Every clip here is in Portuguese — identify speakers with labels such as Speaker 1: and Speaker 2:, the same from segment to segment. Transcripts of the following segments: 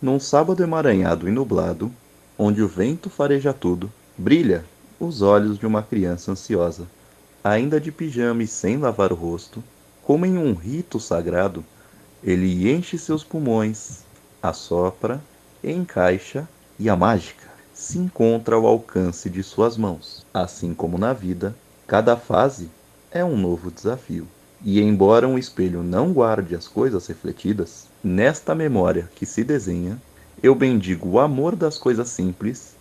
Speaker 1: Num sábado emaranhado e nublado, onde o vento fareja tudo, brilha os olhos de uma criança ansiosa, ainda de pijama e sem lavar o rosto, como em um rito sagrado, ele enche seus pulmões, assopra, encaixa e a mágica se encontra ao alcance de suas mãos. Assim como na vida, cada fase é um novo desafio. E embora um espelho não guarde as coisas refletidas, nesta memória que se desenha, eu bendigo o amor das coisas simples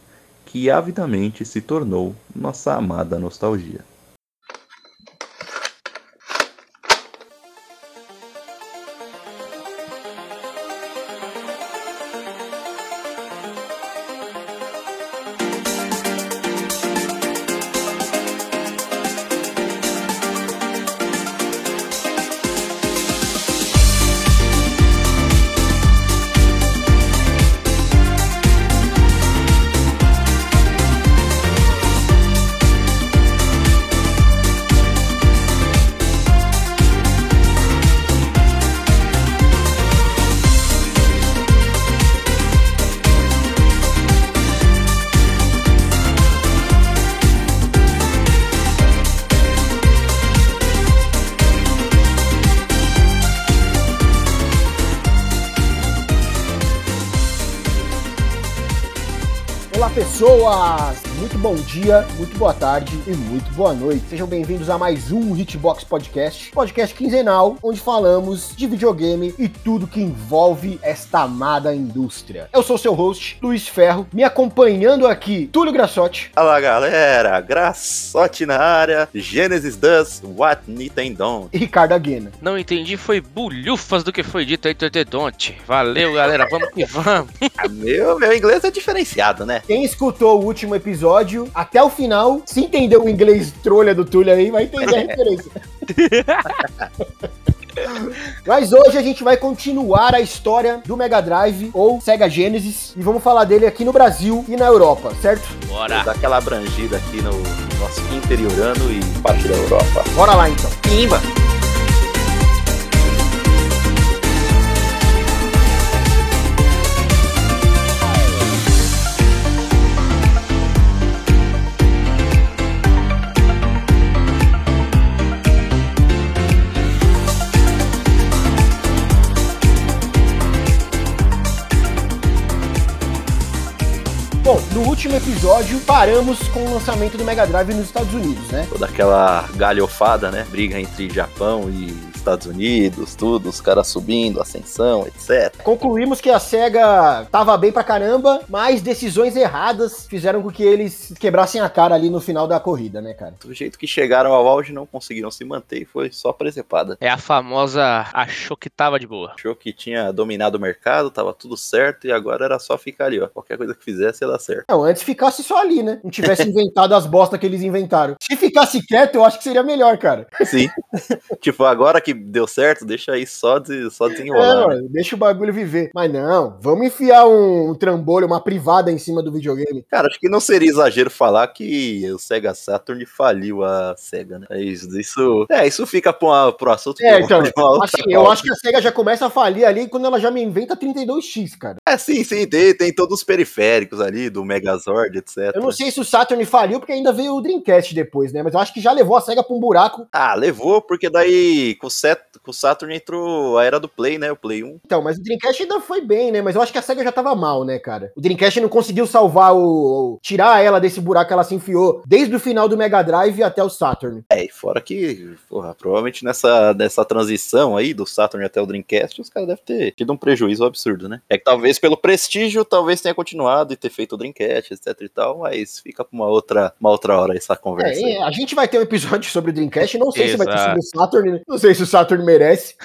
Speaker 1: que avidamente se tornou nossa amada nostalgia.
Speaker 2: Olá, pessoas! Muito bom dia, muito boa tarde e muito boa noite. Sejam bem-vindos a mais um Hitbox Podcast, podcast quinzenal, onde falamos de videogame e tudo que envolve esta amada indústria. Eu sou seu host, Luiz Ferro, me acompanhando aqui, Túlio Grassotti.
Speaker 1: Fala galera, graçote na área, Genesis does what Nintendo.
Speaker 2: E Ricardo Aguena.
Speaker 3: Não entendi, foi bulhufas do que foi dito aí, Tetedonte. Valeu, galera, vamos que vamos.
Speaker 1: Ah, meu, meu inglês é diferenciado, né?
Speaker 2: Quem escutou o último episódio até o final, se entendeu o inglês trolha do Túlio aí, vai entender a referência. Mas hoje a gente vai continuar a história do Mega Drive ou Sega Genesis e vamos falar dele aqui no Brasil e na Europa, certo?
Speaker 3: Bora.
Speaker 1: Dá aquela abrangida aqui no nosso interiorano e parte da Europa.
Speaker 2: Bora lá então.
Speaker 1: Pimba!
Speaker 2: Bom, no último episódio paramos com o lançamento do Mega Drive nos Estados Unidos, né?
Speaker 1: Toda aquela galhofada, né? Briga entre Japão e Estados Unidos, tudo, os caras subindo, ascensão, etc.
Speaker 2: Concluímos que a SEGA tava bem pra caramba, mas decisões erradas fizeram com que eles quebrassem a cara ali no final da corrida, né, cara?
Speaker 1: Do jeito que chegaram ao auge, não conseguiram se manter e foi só presepada.
Speaker 3: É a famosa achou que tava de boa.
Speaker 1: Achou que tinha dominado o mercado, tava tudo certo e agora era só ficar ali, ó. Qualquer coisa que fizesse ia dar certo.
Speaker 2: Não, antes ficasse só ali, né? Não tivesse inventado as bostas que eles inventaram. Se ficasse quieto, eu acho que seria melhor, cara.
Speaker 1: Sim. tipo, agora que deu certo, deixa aí só, de, só
Speaker 2: É,
Speaker 1: desenrolar. né?
Speaker 2: mano, deixa o bagulho viver. Mas não, vamos enfiar um, um trambolho, uma privada em cima do videogame.
Speaker 1: Cara, acho que não seria exagero falar que o Sega Saturn faliu a Sega, né? É Isso, isso, é, isso fica pro, pro assunto
Speaker 2: É,
Speaker 1: de uma-
Speaker 2: então,
Speaker 1: de uma outra
Speaker 2: assim, eu
Speaker 1: pauta.
Speaker 2: acho que a SEGA já começa a falir ali quando ela já me inventa 32X, cara.
Speaker 1: É, sim, sim, tem, tem todos os periféricos ali, do Megazord, etc.
Speaker 2: Eu não sei se o Saturn faliu, porque ainda veio o Dreamcast depois, né? Mas eu acho que já levou a SEGA pra um buraco.
Speaker 1: Ah, levou, porque daí com o, Set- com o Saturn entrou a era do Play, né? O Play 1.
Speaker 2: Então, mas o Dreamcast ainda foi bem, né? Mas eu acho que a SEGA já tava mal, né, cara? O Dreamcast não conseguiu salvar o. o- tirar ela desse buraco que ela se enfiou desde o final do Mega Drive até o Saturn.
Speaker 1: É, e fora que, porra, provavelmente nessa, nessa transição aí do Saturn até o Dreamcast, os caras devem ter tido um prejuízo absurdo, né? É que talvez pelo prestígio, talvez tenha continuado e ter feito o Dreamcast, etc e tal, mas fica pra uma outra, uma outra hora essa conversa.
Speaker 2: É,
Speaker 1: aí.
Speaker 2: é, a gente vai ter um episódio sobre o Dreamcast, não sei se vai ter
Speaker 3: Exato.
Speaker 2: sobre o Saturn, né? não sei se o Saturn merece.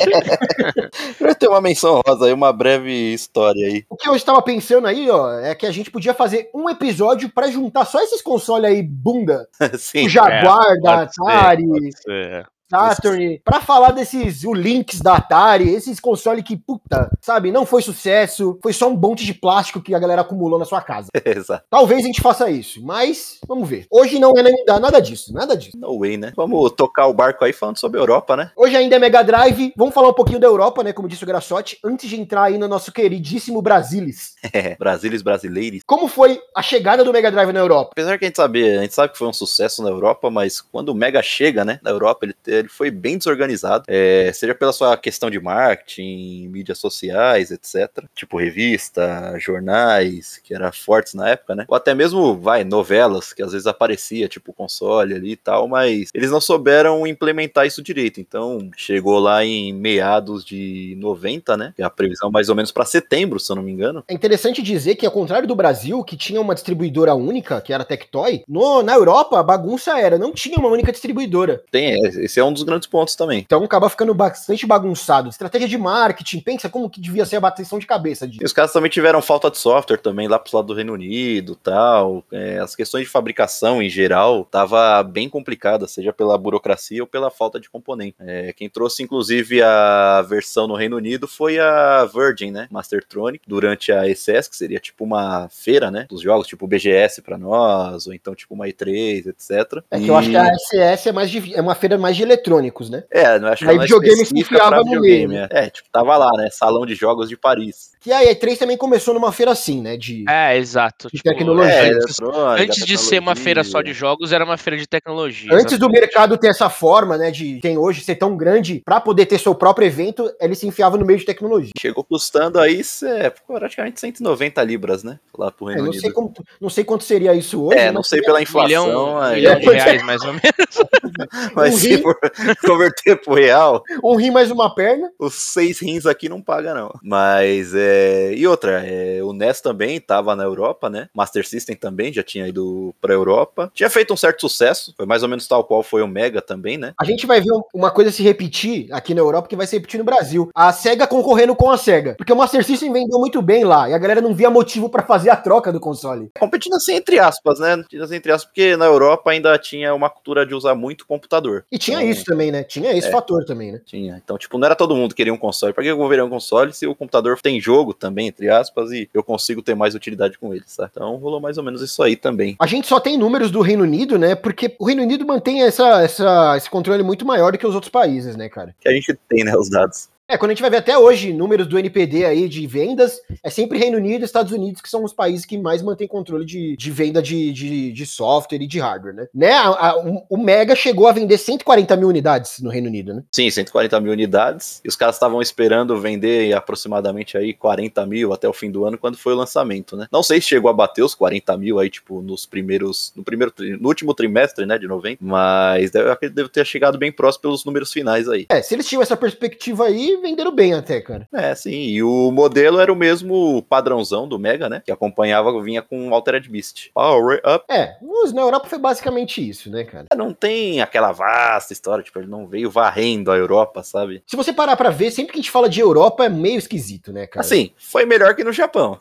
Speaker 2: é.
Speaker 1: Vai ter uma menção rosa aí, uma breve história aí.
Speaker 2: O que eu estava pensando aí, ó, é que a gente podia fazer um episódio pra juntar só esses consoles aí, bunda.
Speaker 1: Sim.
Speaker 2: O Jaguar, da
Speaker 3: é, pode ser,
Speaker 2: Atari,
Speaker 3: É.
Speaker 2: Saturn, pra falar desses o Lynx da Atari, esses consoles que, puta, sabe, não foi sucesso, foi só um monte de plástico que a galera acumulou na sua casa.
Speaker 1: Exato.
Speaker 2: Talvez a gente faça isso, mas vamos ver. Hoje não é nem- nada disso, nada disso.
Speaker 1: No way, né? Vamos tocar o barco aí falando sobre a Europa, né?
Speaker 2: Hoje ainda é Mega Drive, vamos falar um pouquinho da Europa, né, como disse o Graçote, antes de entrar aí no nosso queridíssimo Brasilis.
Speaker 1: É, Brasílios brasileiros.
Speaker 2: Como foi a chegada do Mega Drive na Europa?
Speaker 1: Apesar que a gente sabe, a gente sabe que foi um sucesso na Europa, mas quando o Mega chega, né, na Europa, ele, ele foi bem desorganizado, é, seja pela sua questão de marketing, mídias sociais, etc. Tipo revista, jornais, que era fortes na época, né? Ou até mesmo, vai, novelas, que às vezes aparecia, tipo console ali e tal, mas eles não souberam implementar isso direito. Então, chegou lá em meados de 90, né? Que é a previsão mais ou menos para setembro, se eu não me engano.
Speaker 2: É interessante dizer que, ao contrário do Brasil, que tinha uma distribuidora única, que era a Tectoy, no- na Europa a bagunça era, não tinha uma única distribuidora.
Speaker 1: Tem, é, esse é um dos grandes pontos também.
Speaker 2: Então acaba ficando bastante bagunçado. Estratégia de marketing, pensa como que devia ser a bateção de cabeça
Speaker 1: E
Speaker 2: disso.
Speaker 1: os caras também tiveram falta de software também lá pros lados do Reino Unido tal. É, as questões de fabricação em geral tava bem complicada, seja pela burocracia ou pela falta de componente. É, quem trouxe, inclusive, a versão no Reino Unido foi a Virgin, né? Mastertronic, durante a ECS, que seria tipo uma feira, né? Dos jogos, tipo BGS pra nós, ou então tipo uma E3, etc.
Speaker 2: É que eu acho que
Speaker 1: E-
Speaker 2: a SS é, mais de- é uma feira mais de eletrônicos, né?
Speaker 1: É, não acho que
Speaker 2: Aí
Speaker 1: ela é
Speaker 2: videogame se
Speaker 1: específica
Speaker 2: enfiava
Speaker 1: pra
Speaker 2: no meio,
Speaker 1: videogame. É. é, tipo, tava lá, né? Salão de jogos de Paris.
Speaker 2: Que a E3 também começou numa feira assim, né? De...
Speaker 3: É, exato.
Speaker 2: De tecnologia.
Speaker 1: É,
Speaker 3: antes,
Speaker 1: eletrônica,
Speaker 3: antes de ser uma feira só
Speaker 1: tecnologia.
Speaker 3: de jogos, era uma feira de
Speaker 1: É,
Speaker 3: tecnologia.
Speaker 2: Antes do mercado ter essa forma, né, de tem hoje ser tão grande, pra poder ter seu próprio evento, ele se enfiava no meio de tecnologia.
Speaker 1: Chegou custando aí cê, praticamente 190 libras, né? Lá pro
Speaker 2: É,
Speaker 1: Reino
Speaker 2: não, sei
Speaker 1: Unido.
Speaker 2: como, não sei quanto seria isso hoje. né?
Speaker 1: É,
Speaker 2: mas
Speaker 1: não sei pela inflação,
Speaker 3: milhão,
Speaker 1: é,
Speaker 3: milhão de
Speaker 2: é.
Speaker 3: reais, mais ou menos.
Speaker 1: mas
Speaker 2: Um
Speaker 1: se
Speaker 2: rim.
Speaker 1: for converter pro real,
Speaker 2: Um rim mais uma perna.
Speaker 1: os seis rins aqui não paga não. Mas é, e outra, é, o NES também tava na Europa, né? Master System também já tinha ido pra Europa. Tinha feito um certo sucesso, foi mais ou menos tal qual foi o Mega também, né?
Speaker 2: A gente vai ver um- uma coisa se repetir aqui na Europa que vai se repetir no Brasil. A SEGA concorrendo com a SEGA. Porque o Master System vendeu muito bem lá. E a galera não via motivo pra fazer a troca do console.
Speaker 1: Competindo assim entre aspas, né? Competindo assim entre aspas, porque na Europa ainda tinha uma cultura de usar muito computador.
Speaker 2: E tinha
Speaker 1: Então,
Speaker 2: isso também, né? Tinha esse fator também, né?
Speaker 1: Tinha. Então, tipo, não era todo mundo que queria um console. Pra que eu vou virar um console se o computador tem jogo também, entre aspas, e eu consigo ter mais utilidade com ele, sabe? Então rolou mais ou menos isso aí também.
Speaker 2: A gente só tem números do Reino Unido, né? Porque o Reino Unido mantém essa, essa- esse controle muito maior do que os outros países, né, cara?
Speaker 1: Que a gente tem, né, os dados.
Speaker 2: É, quando a gente vai ver até hoje números do NPD aí de vendas, é sempre Reino Unido e Estados Unidos que são os países que mais mantêm controle de, de venda de, de, de software e de hardware, né? né? a- a- o- o Mega chegou a vender 140 mil unidades no Reino Unido, né?
Speaker 1: Sim, 140 mil unidades. E os caras estavam esperando vender aproximadamente aí 40 mil até o fim do ano, quando foi o lançamento, né? Não sei se chegou a bater os 40 mil aí, tipo, nos primeiros. No, primeiro, tri- no último trimestre, né, de novembro. Mas deve, eu acredito que deve ter chegado bem próximo pelos números finais aí.
Speaker 2: É, se eles tinham essa perspectiva aí, venderam bem até, cara.
Speaker 1: É, sim, e o modelo era o mesmo padrãozão do Mega, né? Que acompanhava, vinha com Altered Beast. Power Up. ah,
Speaker 2: É, os- na Europa foi basicamente isso, né, cara?
Speaker 1: Não tem aquela vasta história, tipo, ele não veio varrendo a Europa, sabe?
Speaker 2: Se você parar pra ver, sempre que a gente fala de Europa é meio esquisito, né, cara?
Speaker 1: Assim, foi melhor que no Japão.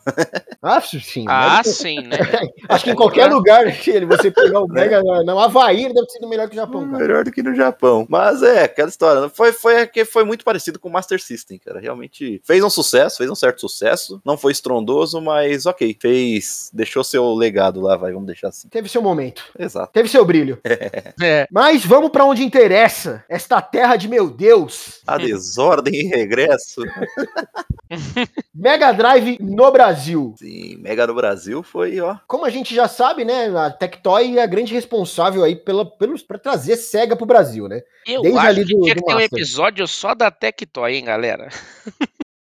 Speaker 2: Ah, sim.
Speaker 3: Ah,
Speaker 2: mas-
Speaker 3: sim, né?
Speaker 2: Acho que em qualquer lugar que ele- você pegar o Mega, na- na Havaí, ele deve ter sido melhor que o Japão, cara.
Speaker 1: melhor do que no Japão. Mas é, aquela história. não Foi, foi, é que foi muito parecido com o Master System, cara. Realmente fez um sucesso, fez um certo sucesso. Não foi estrondoso, mas ok. Fez, deixou seu legado lá, vai, vamos deixar assim.
Speaker 2: Teve seu momento.
Speaker 1: Exato.
Speaker 2: Teve seu brilho.
Speaker 3: É.
Speaker 2: Mas vamos pra onde interessa. Esta terra de meu Deus.
Speaker 1: A desordem e regresso.
Speaker 2: Mega Drive no Brasil.
Speaker 1: Sim, Mega no Brasil foi, ó.
Speaker 2: Como a gente já sabe, né, a Tectoy é a grande responsável aí pela, pelos, pra trazer SEGA pro Brasil, né?
Speaker 3: Eu
Speaker 2: Desde
Speaker 3: acho
Speaker 2: ali
Speaker 3: que
Speaker 2: do-
Speaker 3: tinha
Speaker 2: do
Speaker 3: que ter um
Speaker 2: Master.
Speaker 3: episódio só da Tectoy, hein, galera?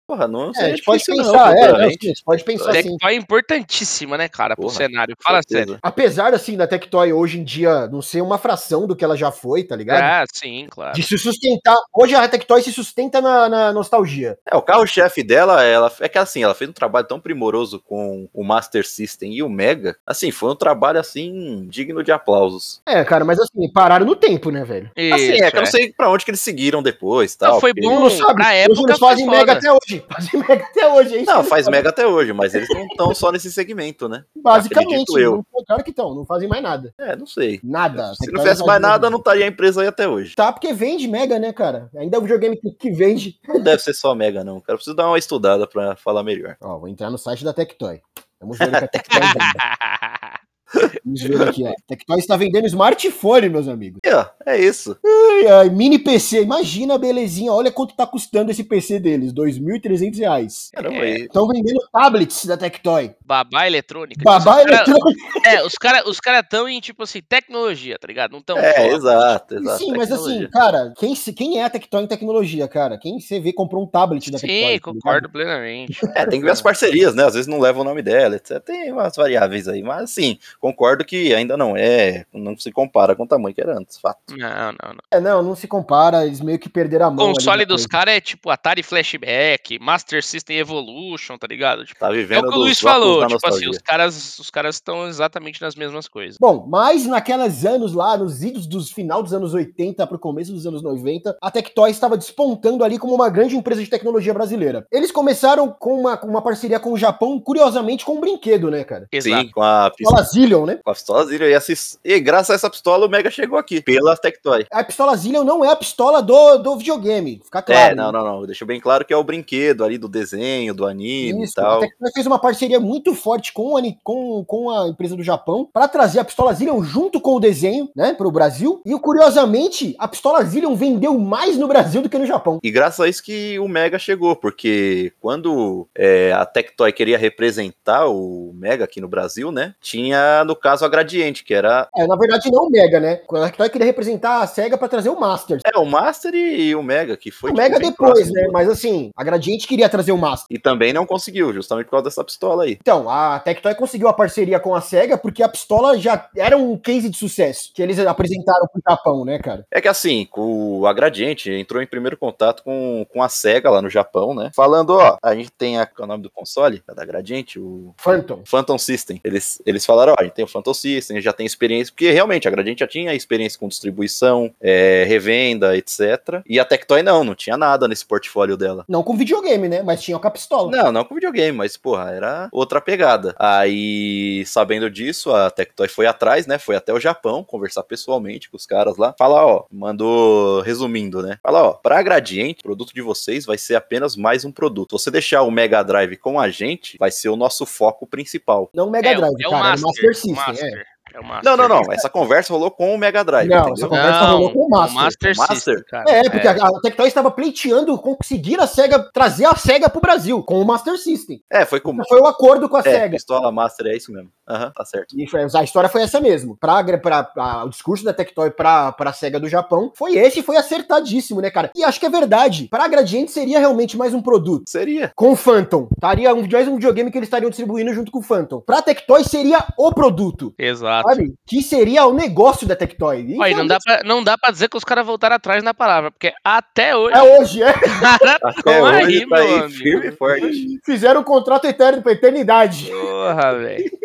Speaker 1: Porra, não
Speaker 2: É, a
Speaker 1: sei.
Speaker 2: gente pode
Speaker 1: difícil não,
Speaker 2: pensar, é, não,
Speaker 1: futuramente.
Speaker 2: sim, a gente pode pensar assim.
Speaker 3: Tectoy é importantíssima, né, cara, pro
Speaker 1: Porra,
Speaker 3: cenário. Fala
Speaker 1: certeza.
Speaker 3: sério.
Speaker 2: Apesar, assim, da Tectoy hoje em dia não ser uma fração do que ela já foi, tá ligado?
Speaker 3: Ah, sim, claro.
Speaker 2: De se sustentar. Hoje a Tectoy se sustenta na, na nostalgia.
Speaker 1: É, o carro-chefe dela, ela é que assim, ela fez um trabalho tão primoroso com o Master System e o Mega. Assim, foi um trabalho assim digno de aplausos.
Speaker 2: É, cara, mas assim, pararam no tempo, né, velho?
Speaker 1: Assim,
Speaker 3: Isso, é.
Speaker 1: é que eu não sei pra onde que eles seguiram depois,
Speaker 3: Não,
Speaker 1: tal.
Speaker 3: foi
Speaker 1: porque-
Speaker 3: bom.
Speaker 2: Não sabe,
Speaker 3: pra
Speaker 2: hoje
Speaker 3: época
Speaker 2: eles
Speaker 3: foi
Speaker 2: fazem
Speaker 3: foda.
Speaker 2: Mega até hoje. hoje. Fazem mega até hoje, é isso
Speaker 1: Não,
Speaker 2: que
Speaker 1: faz
Speaker 2: eles
Speaker 1: mega até hoje, mas eles não estão só nesse segmento, né?
Speaker 2: fazem. Basicamente,
Speaker 1: acredito eu.
Speaker 2: não- claro que estão, não fazem mais nada.
Speaker 1: É, não sei.
Speaker 2: Nada.
Speaker 1: Se não
Speaker 2: Tecnologia
Speaker 1: fizesse mais nada,
Speaker 2: ajuda.
Speaker 1: não estaria a empresa aí até hoje.
Speaker 2: Tá, porque vende mega, né, cara? Ainda é um videogame que- que vende.
Speaker 1: Não deve ser só Mega, não. Cara, eu preciso dar uma estudada pra falar melhor.
Speaker 2: Ó, vou entrar no site da Tectoy. Vamos ver o que a Tectoy vende.
Speaker 3: é.
Speaker 2: Vamos ver aqui, ó. Tectoy está vendendo smartphone, meus amigos.
Speaker 1: E, ó, é isso.
Speaker 2: Ai, ai, mini PC. Imagina a belezinha. Olha quanto tá custando esse PC deles. R$ 2.300 reais.
Speaker 1: Caramba,
Speaker 3: É.
Speaker 1: aí.
Speaker 2: Estão vendendo tablets da Tectoy.
Speaker 3: Babá eletrônica. Tipo,
Speaker 2: Babá
Speaker 3: Os cara-
Speaker 2: eletrônico.
Speaker 3: É, os caras os cara tão em, tipo assim, tecnologia, tá ligado? Não tão.
Speaker 1: É,
Speaker 3: só-
Speaker 1: exato, exato.
Speaker 2: Sim, mas
Speaker 1: Tecnologia.
Speaker 2: assim, cara, quem, se- quem é a Tectoy em tecnologia, cara? Quem você vê comprou um tablet da Tectoy? tá
Speaker 3: Sim,
Speaker 2: ligado?
Speaker 3: concordo plenamente.
Speaker 1: É, tem que ver as parcerias, né? Às vezes não leva o nome dela, etc. Tem umas variáveis aí, mas sim, concordo que ainda não é, não se compara com o tamanho que era antes, fato.
Speaker 3: Não, não, não.
Speaker 2: É, não, não se compara. Eles meio que perderam a
Speaker 3: O
Speaker 2: mão. ali na
Speaker 3: console dos
Speaker 2: coisa.
Speaker 3: caras é tipo Atari Flashback, Master System Evolution, tá ligado? Tipo,
Speaker 1: Tá
Speaker 3: é
Speaker 1: vivendo
Speaker 3: o que o
Speaker 1: dos
Speaker 3: Luiz
Speaker 1: vapos
Speaker 3: falou,
Speaker 1: da
Speaker 3: tipo assim,
Speaker 1: nostalgia.
Speaker 3: os caras os caras estão exatamente nas mesmas coisas.
Speaker 2: Bom, mas naquelas anos lá, nos idos dos final dos anos 80 para o começo dos anos 90, a Tectoy estava despontando ali como uma grande empresa de tecnologia brasileira. Eles começaram com uma, com uma parceria com o Japão, curiosamente com um brinquedo, né, cara?
Speaker 3: Exato.
Speaker 1: Sim, com a pistola.
Speaker 2: Pistola Zillion, né?
Speaker 1: Com a pistola Zero, e, esses- e graças a essa pistola o Mega chegou aqui, pela Tectoy.
Speaker 2: A pistola Zillion não é a pistola do, do videogame, fica claro.
Speaker 1: é, não, não, não. Deixa bem claro que é o brinquedo ali do desenho, do anime
Speaker 2: Isso,
Speaker 1: e tal.
Speaker 2: a Tectoy fez uma parceria muito forte com a, Ni- com, com a empresa do Japão para trazer a pistola Zillion junto com o desenho, né, para o Brasil. E curiosamente, a pistola Zillion vendeu mais no Brasil do que no Japão.
Speaker 1: E graças a isso que o Mega chegou, porque quando é, a Tectoy queria representar o Mega aqui no Brasil, né? Tinha, no caso, a Gradiente, que era
Speaker 2: É, na verdade não o Mega, né? A Tectoy queria representar a SEGA pra trazer o Masters.
Speaker 1: É, o Master e o Mega, que foi.
Speaker 2: o
Speaker 1: tipo,
Speaker 2: Mega
Speaker 1: bem
Speaker 2: depois,
Speaker 1: próximo.
Speaker 2: né? Mas assim, a Gradiente queria trazer o Master.
Speaker 1: E também não conseguiu, justamente por causa dessa pistola aí.
Speaker 2: Então, a Tectoy conseguiu a parceria com a SEGA porque a pistola já era um case de sucesso que eles apresentaram pro Japão, né, cara?
Speaker 1: É que assim, o a Gradiente entrou em primeiro contato com, com a SEGA lá no Japão, né? Falando, ó, a gente tem a, qual é o nome do console, a da Gradiente, o.
Speaker 2: Phantom.
Speaker 1: Phantom System. Eles, eles falaram, ó, a gente tem o Phantom System, a gente já tem experiência, porque realmente a Gradiente já tinha experiência com distribuição, é, revenda, etc. E a Tectoy não, não tinha nada nesse portfólio dela.
Speaker 2: Não com videogame, né? Mas tinha com a pistola.
Speaker 1: Não, não com videogame, mas, porra, era outra pegada. Aí, sabendo disso, a Tectoy foi atrás, né? Foi até o Japão conversar pessoalmente com os caras lá. Falar, ó, mandou, resumindo, né? Falar, ó, pra Gradiente, o produto de vocês vai ser apenas mais um produto. Se você deixar o Mega Drive com a gente, vai ser o nosso foco principal.
Speaker 2: Não o Mega
Speaker 3: é,
Speaker 2: Drive,
Speaker 3: é o
Speaker 2: cara.
Speaker 3: Master,
Speaker 2: Master, Master
Speaker 3: o
Speaker 2: System, é.
Speaker 3: Master, é o Master.
Speaker 1: Não, não, não. Essa conversa rolou com o Mega Drive.
Speaker 2: Não,
Speaker 1: entendeu?
Speaker 2: essa conversa
Speaker 3: Não,
Speaker 2: rolou com o Master.
Speaker 1: Com o Master?
Speaker 3: System, cara.
Speaker 2: É, porque a a Tectoy estava pleiteando conseguir a SEGA, trazer a SEGA pro Brasil com o Master System. Então,
Speaker 1: É, foi com.
Speaker 2: Foi o acordo com a
Speaker 1: É,
Speaker 2: SEGA.
Speaker 1: pistola Master, é isso mesmo. Aham, tá certo.
Speaker 2: E foi- a história foi essa mesmo. Pra, pra, pra- o discurso da Tectoy pra, pra SEGA do Japão foi esse e foi acertadíssimo, né, cara? E acho que é verdade. Pra Gradiente seria realmente mais um produto.
Speaker 1: Seria.
Speaker 2: Com o Phantom. Estaria um, mais um videogame que eles estariam distribuindo junto com o Phantom. Pra Tectoy seria o produto.
Speaker 3: Exato.
Speaker 2: Sabe? Que seria o negócio da Tectoy. E é
Speaker 3: Aí, não, dá pra, não dá pra dizer que os caras voltaram atrás na palavra, porque até hoje
Speaker 2: É hoje, é.
Speaker 3: os caras
Speaker 1: Até
Speaker 3: estão
Speaker 1: hoje
Speaker 3: aí,
Speaker 1: tá
Speaker 3: meu
Speaker 1: aí
Speaker 3: amigo.
Speaker 1: firme e forte.
Speaker 2: Fizeram um contrato eterno pra eternidade.
Speaker 3: Porra, velho.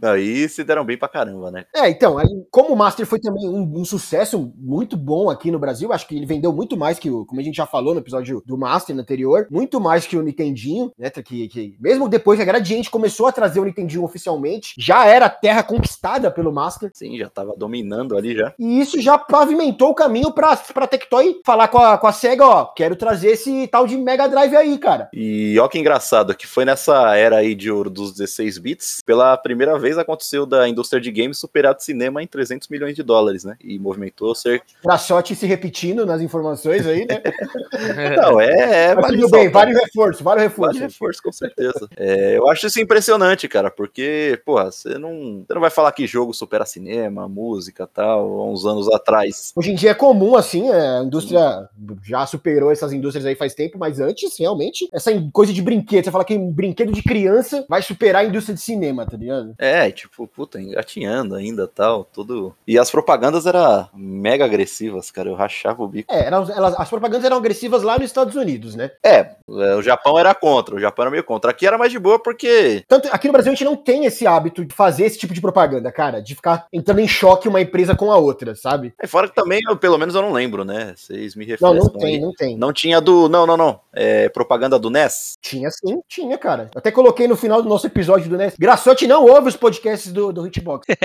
Speaker 1: Não, e se deram bem pra caramba, né?
Speaker 2: É, então, aí, como o Master foi também um, um sucesso muito bom aqui no Brasil, acho que ele vendeu muito mais que o, como a gente já falou no episódio do Master no anterior, muito mais que o Nintendinho, né? Que, que mesmo depois que a Gradiente começou a trazer o Nintendinho oficialmente, já era terra conquistada pelo Master.
Speaker 1: Sim, já tava dominando ali já.
Speaker 2: E isso já pavimentou o caminho pra, pra Tectoy falar com a, com a SEGA, ó, quero trazer esse tal de Mega Drive aí, cara.
Speaker 1: E ó que engraçado, que foi nessa era aí de ouro dos 16 bits, pela primeira vez aconteceu da indústria de games superar o cinema em 300 milhões de dólares, né? E movimentou cerca...
Speaker 2: Graçote se repetindo nas informações aí, né?
Speaker 1: Não, é... é
Speaker 2: Mas
Speaker 1: vale
Speaker 2: tudo bem,
Speaker 1: ressaltar.
Speaker 2: vale o reforço, vale o
Speaker 1: Vale
Speaker 2: reforço.
Speaker 1: reforço, com certeza. É, eu acho isso impressionante, cara, porque, porra, você não, você não vai falar que jogo supera cinema, música tal, há uns anos atrás.
Speaker 2: Hoje em dia é comum, assim, é, a indústria já superou essas indústrias aí faz tempo, mas antes, realmente, essa coisa de brinquedo. Você fala que um brinquedo de criança vai superar a indústria de cinema, tá ligado?
Speaker 1: É, tipo, puta, engatinhando ainda tal, tudo. E as propagandas eram mega agressivas, cara, eu rachava o bico.
Speaker 2: É, eram- elas- as propagandas eram agressivas lá nos Estados Unidos, né?
Speaker 1: É, o Japão era contra, o Japão era meio contra. Aqui era mais de boa porque.
Speaker 2: Tanto aqui no Brasil a gente não tem esse hábito de fazer esse tipo de propaganda, cara, de ficar entrando em choque uma empresa com a outra, sabe?
Speaker 1: É, fora que também, eu- pelo menos eu não lembro, né? Vocês me
Speaker 2: Não,
Speaker 1: refrescam
Speaker 2: não tem,
Speaker 1: aí.
Speaker 2: não tem.
Speaker 1: Não tinha do. Não, não, não. é, propaganda do NES?
Speaker 2: Tinha sim, tinha, cara. Até coloquei no final do nosso episódio do NES. Graçote não ouve os podcasts do, do Hitbox.
Speaker 1: Eu,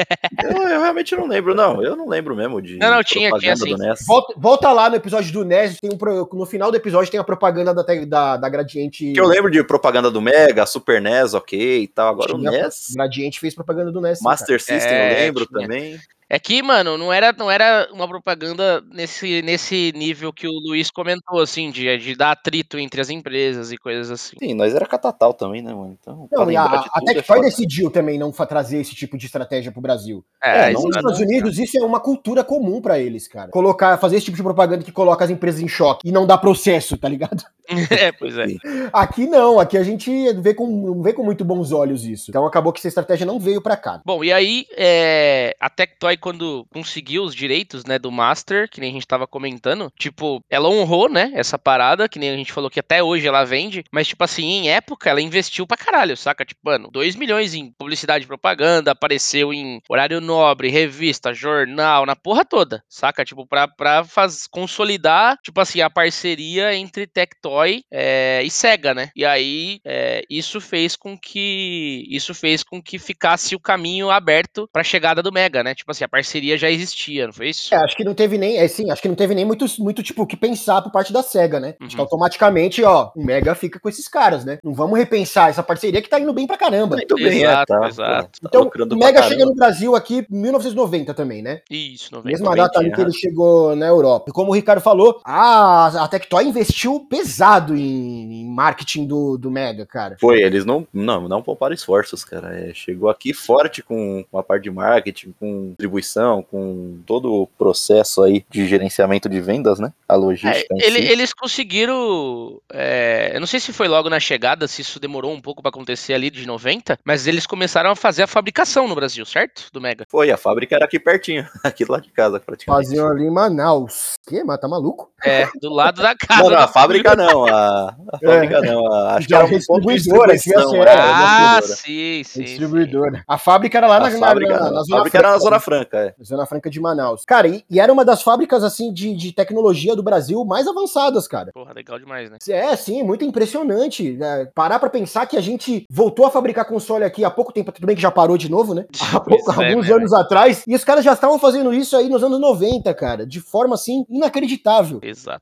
Speaker 1: Então, eu realmente não lembro, não. Eu não lembro mesmo de
Speaker 3: Não, não, tinha,
Speaker 1: propaganda
Speaker 3: tinha, sim.
Speaker 1: do NES.
Speaker 2: Volta, volta lá no episódio do NES, tem um, pro- no final do episódio tem a propaganda da, te- da, da Gradiente.
Speaker 1: Que eu lembro de propaganda do Mega, Super NES, ok e tal. Agora o
Speaker 2: Tinha-
Speaker 1: NES,
Speaker 2: Gradiente fez propaganda do NES. sim, cara.
Speaker 1: Master System, eu
Speaker 3: É,
Speaker 1: lembro
Speaker 3: tinha.
Speaker 1: também.
Speaker 3: É que, mano, não era, não era uma propaganda nesse, nesse nível que o Luiz comentou, assim, de, de dar atrito entre as empresas e coisas assim.
Speaker 1: Sim, nós era catatal também, né, mano? Então, pra
Speaker 2: Não, e a,
Speaker 1: lembrar de
Speaker 2: a
Speaker 1: tudo é
Speaker 2: Tectoy
Speaker 1: foda.
Speaker 2: decidiu também não fa- trazer esse tipo de estratégia pro Brasil.
Speaker 1: É,
Speaker 2: Nos
Speaker 1: não-
Speaker 2: Estados Unidos, isso é uma cultura comum pra eles, cara. Colocar, fazer esse tipo de propaganda que coloca as empresas em choque e não dá processo, tá ligado?
Speaker 3: é, pois é.
Speaker 2: Aqui não, aqui a gente vê com, não vê com muito bons olhos isso. Então acabou que essa estratégia não veio pra cá.
Speaker 3: Bom, e aí é, a Tectoy, quando conseguiu os direitos né, do Master, que nem a gente tava comentando, tipo, ela honrou, né, essa parada, que nem a gente falou que até hoje ela vende, mas, tipo assim, em época ela investiu pra caralho, saca? Tipo, mano, 2 milhões em publicidade e propaganda, apareceu em horário nobre, revista, jornal, na porra toda, saca? Tipo, pra, pra faz, consolidar, tipo assim, a parceria entre Tectoy é, e SEGA, né? E aí, é, isso fez com que isso fez com que ficasse o caminho aberto pra chegada do Mega, né? Tipo assim, a parceria já existia, não foi isso?
Speaker 2: É, acho que não teve nem, é sim, acho que não teve nem muito, muito tipo o que pensar por parte da SEGA, né? Acho que
Speaker 3: Uhum.
Speaker 2: automaticamente, ó, o Mega fica com esses caras, né? Não vamos repensar essa parceria que tá indo bem pra caramba.
Speaker 1: Muito bem, é,
Speaker 3: Exato,
Speaker 1: tá,
Speaker 3: exato.
Speaker 1: Pô, tá
Speaker 2: Então,
Speaker 1: lucrando
Speaker 2: o
Speaker 1: pra
Speaker 2: Mega
Speaker 1: caramba.
Speaker 2: chega no Brasil aqui em 1990 também, né?
Speaker 3: Isso, não vem.
Speaker 2: Mesma
Speaker 1: também
Speaker 2: data ali
Speaker 1: tinha.
Speaker 2: que ele chegou na Europa. E como o Ricardo falou, a, a Tectoy investiu pesado em, em marketing do, do Mega, cara.
Speaker 1: Foi, eles não, não, não pouparam esforços, cara. É, chegou aqui forte com a parte de marketing, com distribuição, com todo o processo aí de gerenciamento de vendas, né? A
Speaker 3: É,
Speaker 1: logística. em
Speaker 3: ele-
Speaker 1: si.
Speaker 3: eles conseguiram. é, eu não sei se foi logo na chegada, se isso demorou um pouco pra acontecer ali de 90, mas eles começaram a fazer a fabricação no Brasil, certo? Do Mega.
Speaker 1: Foi, a fábrica era aqui pertinho, aqui lá de casa, praticamente.
Speaker 2: Faziam ali em Manaus. Que, mas tá maluco?
Speaker 3: É, do lado da casa.
Speaker 1: Não, não,
Speaker 3: do
Speaker 1: a fábrica não, a, a
Speaker 2: É.
Speaker 1: fábrica não. A, acho que
Speaker 2: Já
Speaker 1: era um
Speaker 2: é
Speaker 1: ponto de
Speaker 2: distribuidora,
Speaker 1: distribuição.
Speaker 2: devia ser,
Speaker 1: é, uma
Speaker 2: né?
Speaker 3: Ah,
Speaker 1: distribuidora.
Speaker 3: sim, sim. sim.
Speaker 2: Distribuidora. né? A fábrica era lá na,
Speaker 1: A fábrica,
Speaker 2: na,
Speaker 1: não,
Speaker 2: na
Speaker 1: a
Speaker 2: Zona
Speaker 1: fábrica era na
Speaker 2: Franca,
Speaker 1: Zona
Speaker 2: né?
Speaker 1: Franca, é.
Speaker 2: Zona Franca de Manaus. Cara, e, e era uma das fábricas, assim, de, de tecnologia do Brasil mais avançadas, cara.
Speaker 3: Porra, legal demais, né?
Speaker 2: É, sim, muito impressionante. né? Parar pra pensar que a gente voltou a fabricar console aqui há pouco tempo, tudo bem que já parou de novo, né? Há pouco-
Speaker 3: Pois é,
Speaker 2: alguns
Speaker 3: né,
Speaker 2: anos atrás. E os caras já estavam fazendo isso aí nos anos 90, cara, de forma assim inacreditável.
Speaker 3: Exato.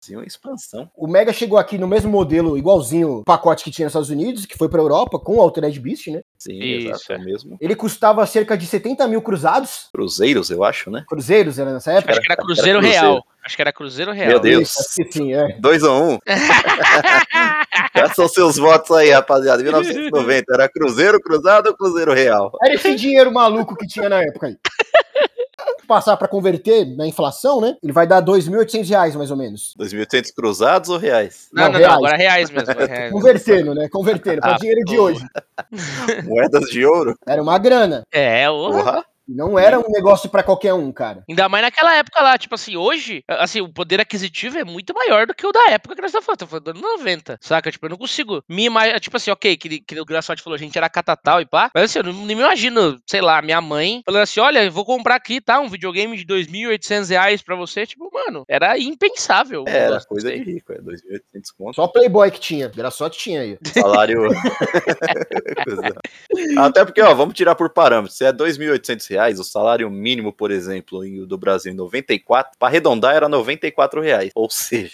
Speaker 1: Sim, uma expansão.
Speaker 2: O Mega chegou aqui no mesmo modelo, igualzinho o pacote que tinha nos Estados Unidos, que foi pra Europa, com o Altered Beast, né?
Speaker 1: Sim,
Speaker 3: Isso,
Speaker 1: exato. É.
Speaker 3: é.
Speaker 1: o mesmo.
Speaker 2: Ele custava cerca de 70 mil cruzados,
Speaker 1: Cruzeiros, eu acho, né?
Speaker 2: cruzeiros era nessa
Speaker 3: Acho
Speaker 2: época.
Speaker 3: que era
Speaker 1: Era
Speaker 3: Cruzeiro
Speaker 1: Cruzeiro.
Speaker 3: Real. Acho que era Cruzeiro Real.
Speaker 1: Meu Deus.
Speaker 2: Isso, acho que sim, é.
Speaker 1: 2 a 1 um. Quais são seus votos aí, rapaziada? 1990 era Cruzeiro, Cruzado ou Cruzeiro Real?
Speaker 2: Era esse dinheiro maluco que tinha na época aí. Passar pra converter na inflação, né? Ele vai dar R$ 2.800 reais, mais ou menos.
Speaker 1: 2.800 cruzados ou reais?
Speaker 3: Não,
Speaker 2: Não,
Speaker 3: não, não,
Speaker 2: reais.
Speaker 3: agora é reais mesmo. agora reais mesmo.
Speaker 2: Convertendo, né? Convertendo, pra
Speaker 3: Ah,
Speaker 2: dinheiro de
Speaker 3: porra.
Speaker 2: hoje.
Speaker 1: Moedas de ouro?
Speaker 2: Era uma grana.
Speaker 3: É, porra.
Speaker 1: Porra.
Speaker 2: Não era um negócio pra qualquer um, cara.
Speaker 3: Ainda mais naquela época lá, tipo assim, hoje, assim, o poder aquisitivo é muito maior do que o da época que nós estamos falando, estamos falando dos anos 90, saca? Tipo, eu não consigo me imaginar, tipo assim, ok, que, que o Graçote falou, a gente era catatal e pá, mas assim, eu não, nem me imagino, sei lá, minha mãe falando assim, olha, eu vou comprar aqui, tá, um videogame de 2.800 reais pra você, tipo, mano, era impensável. o
Speaker 1: Era
Speaker 3: negócio
Speaker 1: coisa
Speaker 3: desse
Speaker 1: de
Speaker 3: aí.
Speaker 1: rico, é 2.800 conto,
Speaker 2: Só Playboy que tinha. Graçote tinha aí.
Speaker 1: salário. Coisa. Até porque, ó, vamos tirar por parâmetro. Se é 2.800 reais, o salário mínimo, por exemplo, em- do Brasil em 94, para arredondar era 94 reais. Ou seja.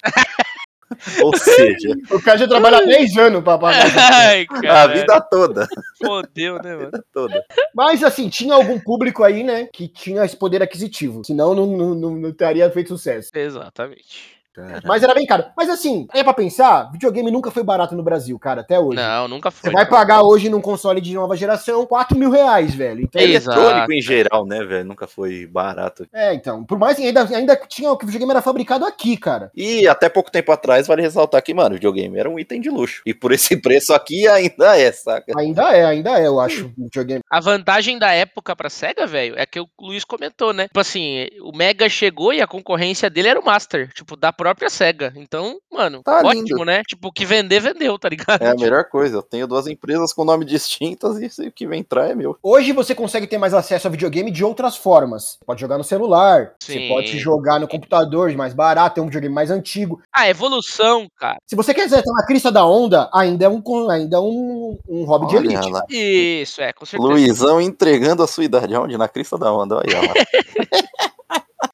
Speaker 1: ou seja,
Speaker 2: O cara já trabalha há 10 anos pra pagar.
Speaker 3: Ai,
Speaker 1: a
Speaker 3: cara,
Speaker 1: vida toda.
Speaker 3: fodeu, né, mano?
Speaker 1: toda.
Speaker 2: Mas, assim, tinha algum público aí, né? Que tinha esse poder aquisitivo. Senão não, não, não, não teria feito sucesso.
Speaker 3: Exatamente.
Speaker 2: Mas era bem caro. Mas, assim, é pra pensar, videogame nunca foi barato no Brasil, cara, até hoje.
Speaker 3: Não, nunca
Speaker 2: Você
Speaker 3: foi.
Speaker 2: vai pagar hoje num console de nova geração 4 mil reais, velho. Então,
Speaker 3: Ei.
Speaker 1: É Eletrônico
Speaker 3: Exato.
Speaker 1: em geral, né, velho? Nunca foi barato.
Speaker 2: é, então. Por mais que ainda, ainda tinha que o videogame era fabricado aqui, cara.
Speaker 1: E até pouco tempo atrás, vale ressaltar que, mano, o videogame era um item de luxo. E por esse preço aqui ainda é, saca?
Speaker 2: Ainda é, ainda é, eu acho. o Videogame.
Speaker 3: A vantagem da época pra SEGA, velho, é que o Luiz comentou, né? Tipo assim, o Mega chegou e a concorrência dele era o Master. Tipo, dá própria SEGA. Então, mano,
Speaker 1: Tá
Speaker 3: ótimo,
Speaker 1: lindo.
Speaker 3: né? Tipo, o que vender, vendeu, tá ligado?
Speaker 1: É a melhor coisa. Eu tenho duas empresas com nome distintas e se o que vem entrar é meu.
Speaker 2: Hoje você consegue ter mais acesso a videogame de outras formas. Você pode jogar no celular, você
Speaker 3: Sim.
Speaker 2: pode jogar no computador, mais barato, é um videogame mais antigo.
Speaker 3: A evolução, cara.
Speaker 2: Se você quiser estar na crista da onda, ainda é um, con- ainda é um, um hobby de
Speaker 1: Olha
Speaker 2: elite.
Speaker 1: lá.
Speaker 3: Isso, é, com certeza.
Speaker 1: Luizão entregando a sua idade. Onde? Na crista da onda. Olha lá.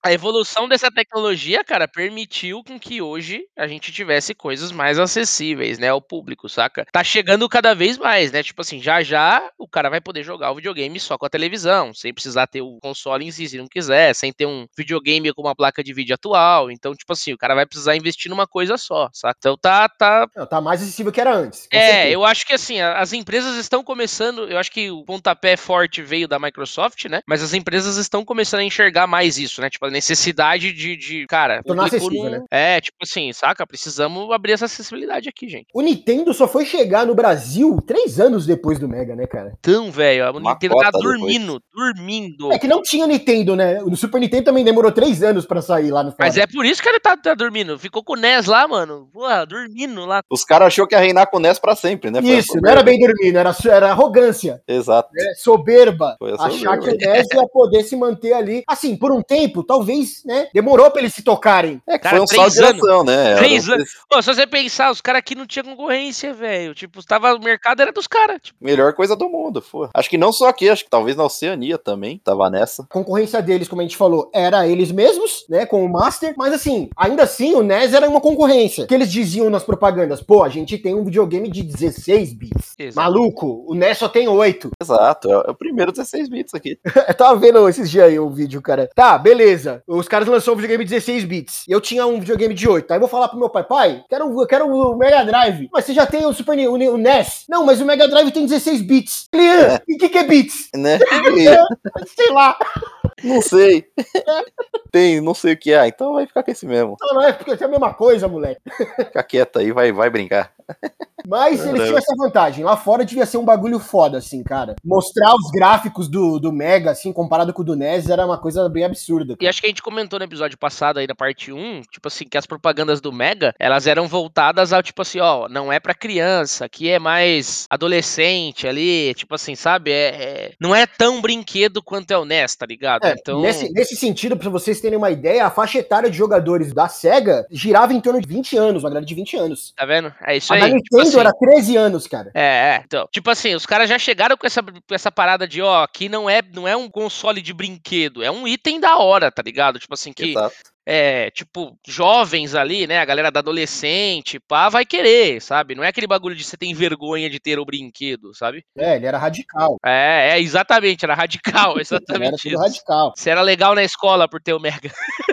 Speaker 3: A evolução dessa tecnologia, cara, permitiu com que hoje a gente tivesse coisas mais acessíveis, né, ao público, saca? Tá chegando cada vez mais, né? Tipo assim, já já o cara vai poder jogar o videogame só com a televisão, sem precisar ter o console em si, se não quiser, sem ter um videogame com uma placa de vídeo atual. Então, tipo assim, o cara vai precisar investir numa coisa só, saca? Então tá, tá,
Speaker 2: Não, tá mais acessível que era antes. com certeza.
Speaker 3: é, eu acho que assim, a- as empresas estão começando. Eu acho que o pontapé forte veio da Microsoft, né? Mas as empresas estão começando a enxergar mais isso, né? Tipo, a necessidade de. de cara,
Speaker 2: Tornar
Speaker 3: público
Speaker 2: acessível, né?
Speaker 3: É, tipo assim, saca? Precisamos abrir essa acessibilidade aqui, gente.
Speaker 2: O Nintendo só foi chegar no Brasil três anos depois do Mega, né, cara?
Speaker 3: Então, velho, o
Speaker 1: Uma
Speaker 3: Nintendo tá
Speaker 1: cota depois.
Speaker 3: dormindo, dormindo.
Speaker 2: É que não tinha Nintendo, né? O Super Nintendo também demorou três anos pra sair lá no
Speaker 3: Mas é por isso que ele tá, tá dormindo. Ficou com o NES lá, mano. Porra, dormindo lá.
Speaker 1: Os caras achou que ia reinar com o NES pra sempre,
Speaker 3: é
Speaker 1: né? Foi a
Speaker 2: Isso, não era bem dormindo, era, su- era arrogância,
Speaker 1: Exato.
Speaker 2: né? soberba.
Speaker 1: Foi a
Speaker 2: Achar
Speaker 1: soberba.
Speaker 2: que o NES ia poder se manter ali. Assim, por um tempo, talvez, né? Demorou pra eles se tocarem.
Speaker 1: É que
Speaker 3: Cara,
Speaker 1: foi um salto
Speaker 3: três
Speaker 1: de geração, né? Era
Speaker 3: Três
Speaker 1: um-
Speaker 3: Pô, se você pensar, os caras aqui não tinham concorrência, velho. Tipo, tava, o mercado era dos caras. Tipo,
Speaker 1: Melhor coisa do mundo, pô. Acho que não só aqui, acho que talvez na Oceania também tava nessa.
Speaker 2: A concorrência deles, como a gente falou, era eles mesmos, né? Com o Master. Mas assim, ainda assim, o NES era uma concorrência. Que eles diziam nas propagandas: pô, a gente tem um videogame de 16 bits.
Speaker 3: Exato.
Speaker 2: Maluco, o NES só tem 8.
Speaker 1: Exato, é o primeiro 16 bits aqui.
Speaker 2: Eu tava vendo esses dias aí o vídeo, cara. Tá, beleza. Os caras lançaram um videogame de 16 bits. E eu tinha um videogame de 8. Aí eu vou falar pro meu pai, pai, quero, eu quero o Mega Drive. Mas você já tem o Super Ni- o, Ni- o NES? Não, mas o Mega Drive tem 16 bits. Ele, "Ah, e o que, que é bits?
Speaker 1: Né?
Speaker 2: Sei lá.
Speaker 1: E não sei. Tem, não sei o que é, então vai ficar com esse mesmo.
Speaker 2: Não, não é porque é a mesma coisa, moleque.
Speaker 1: Fica quieto aí, vai, vai brincar.
Speaker 2: Mas eles tinham essa vantagem. Lá fora devia ser um bagulho foda, assim, cara. Mostrar os gráficos do, do Mega, assim, comparado com o do NES, era uma coisa bem absurda.
Speaker 3: E
Speaker 2: cara.
Speaker 3: acho que a gente comentou no episódio passado aí da parte 1, tipo assim, que as propagandas do Mega, elas eram voltadas ao tipo assim, ó, não é pra criança, aqui é mais adolescente ali, tipo assim, sabe? É, é- não é tão brinquedo quanto é o NES, tá ligado?
Speaker 2: É,
Speaker 3: então,
Speaker 2: nesse, nesse sentido, pra vocês terem uma ideia, a faixa etária de jogadores da SEGA girava em torno de 20 anos, uma grade de 20 anos.
Speaker 3: tá vendo? É isso
Speaker 2: A da
Speaker 3: aí. tipo
Speaker 2: Nintendo
Speaker 3: assim,
Speaker 2: era 13 anos, cara.
Speaker 3: É, é, então. Tipo assim, os caras já chegaram com essa, com essa parada de, ó, aqui não é, não é um console de brinquedo, é um item da hora, tá ligado? Tipo assim, que
Speaker 1: Exato.
Speaker 3: é, tipo, jovens ali, né? A galera da adolescente, pá, vai querer, sabe? Não é aquele bagulho de você tem vergonha de ter o brinquedo, sabe?
Speaker 2: É, ele era radical.
Speaker 3: É, é exatamente, era radical,
Speaker 2: Ele era
Speaker 3: exatamente
Speaker 2: tudo
Speaker 3: isso.
Speaker 2: radical.
Speaker 3: Você era legal na escola por ter o Mega.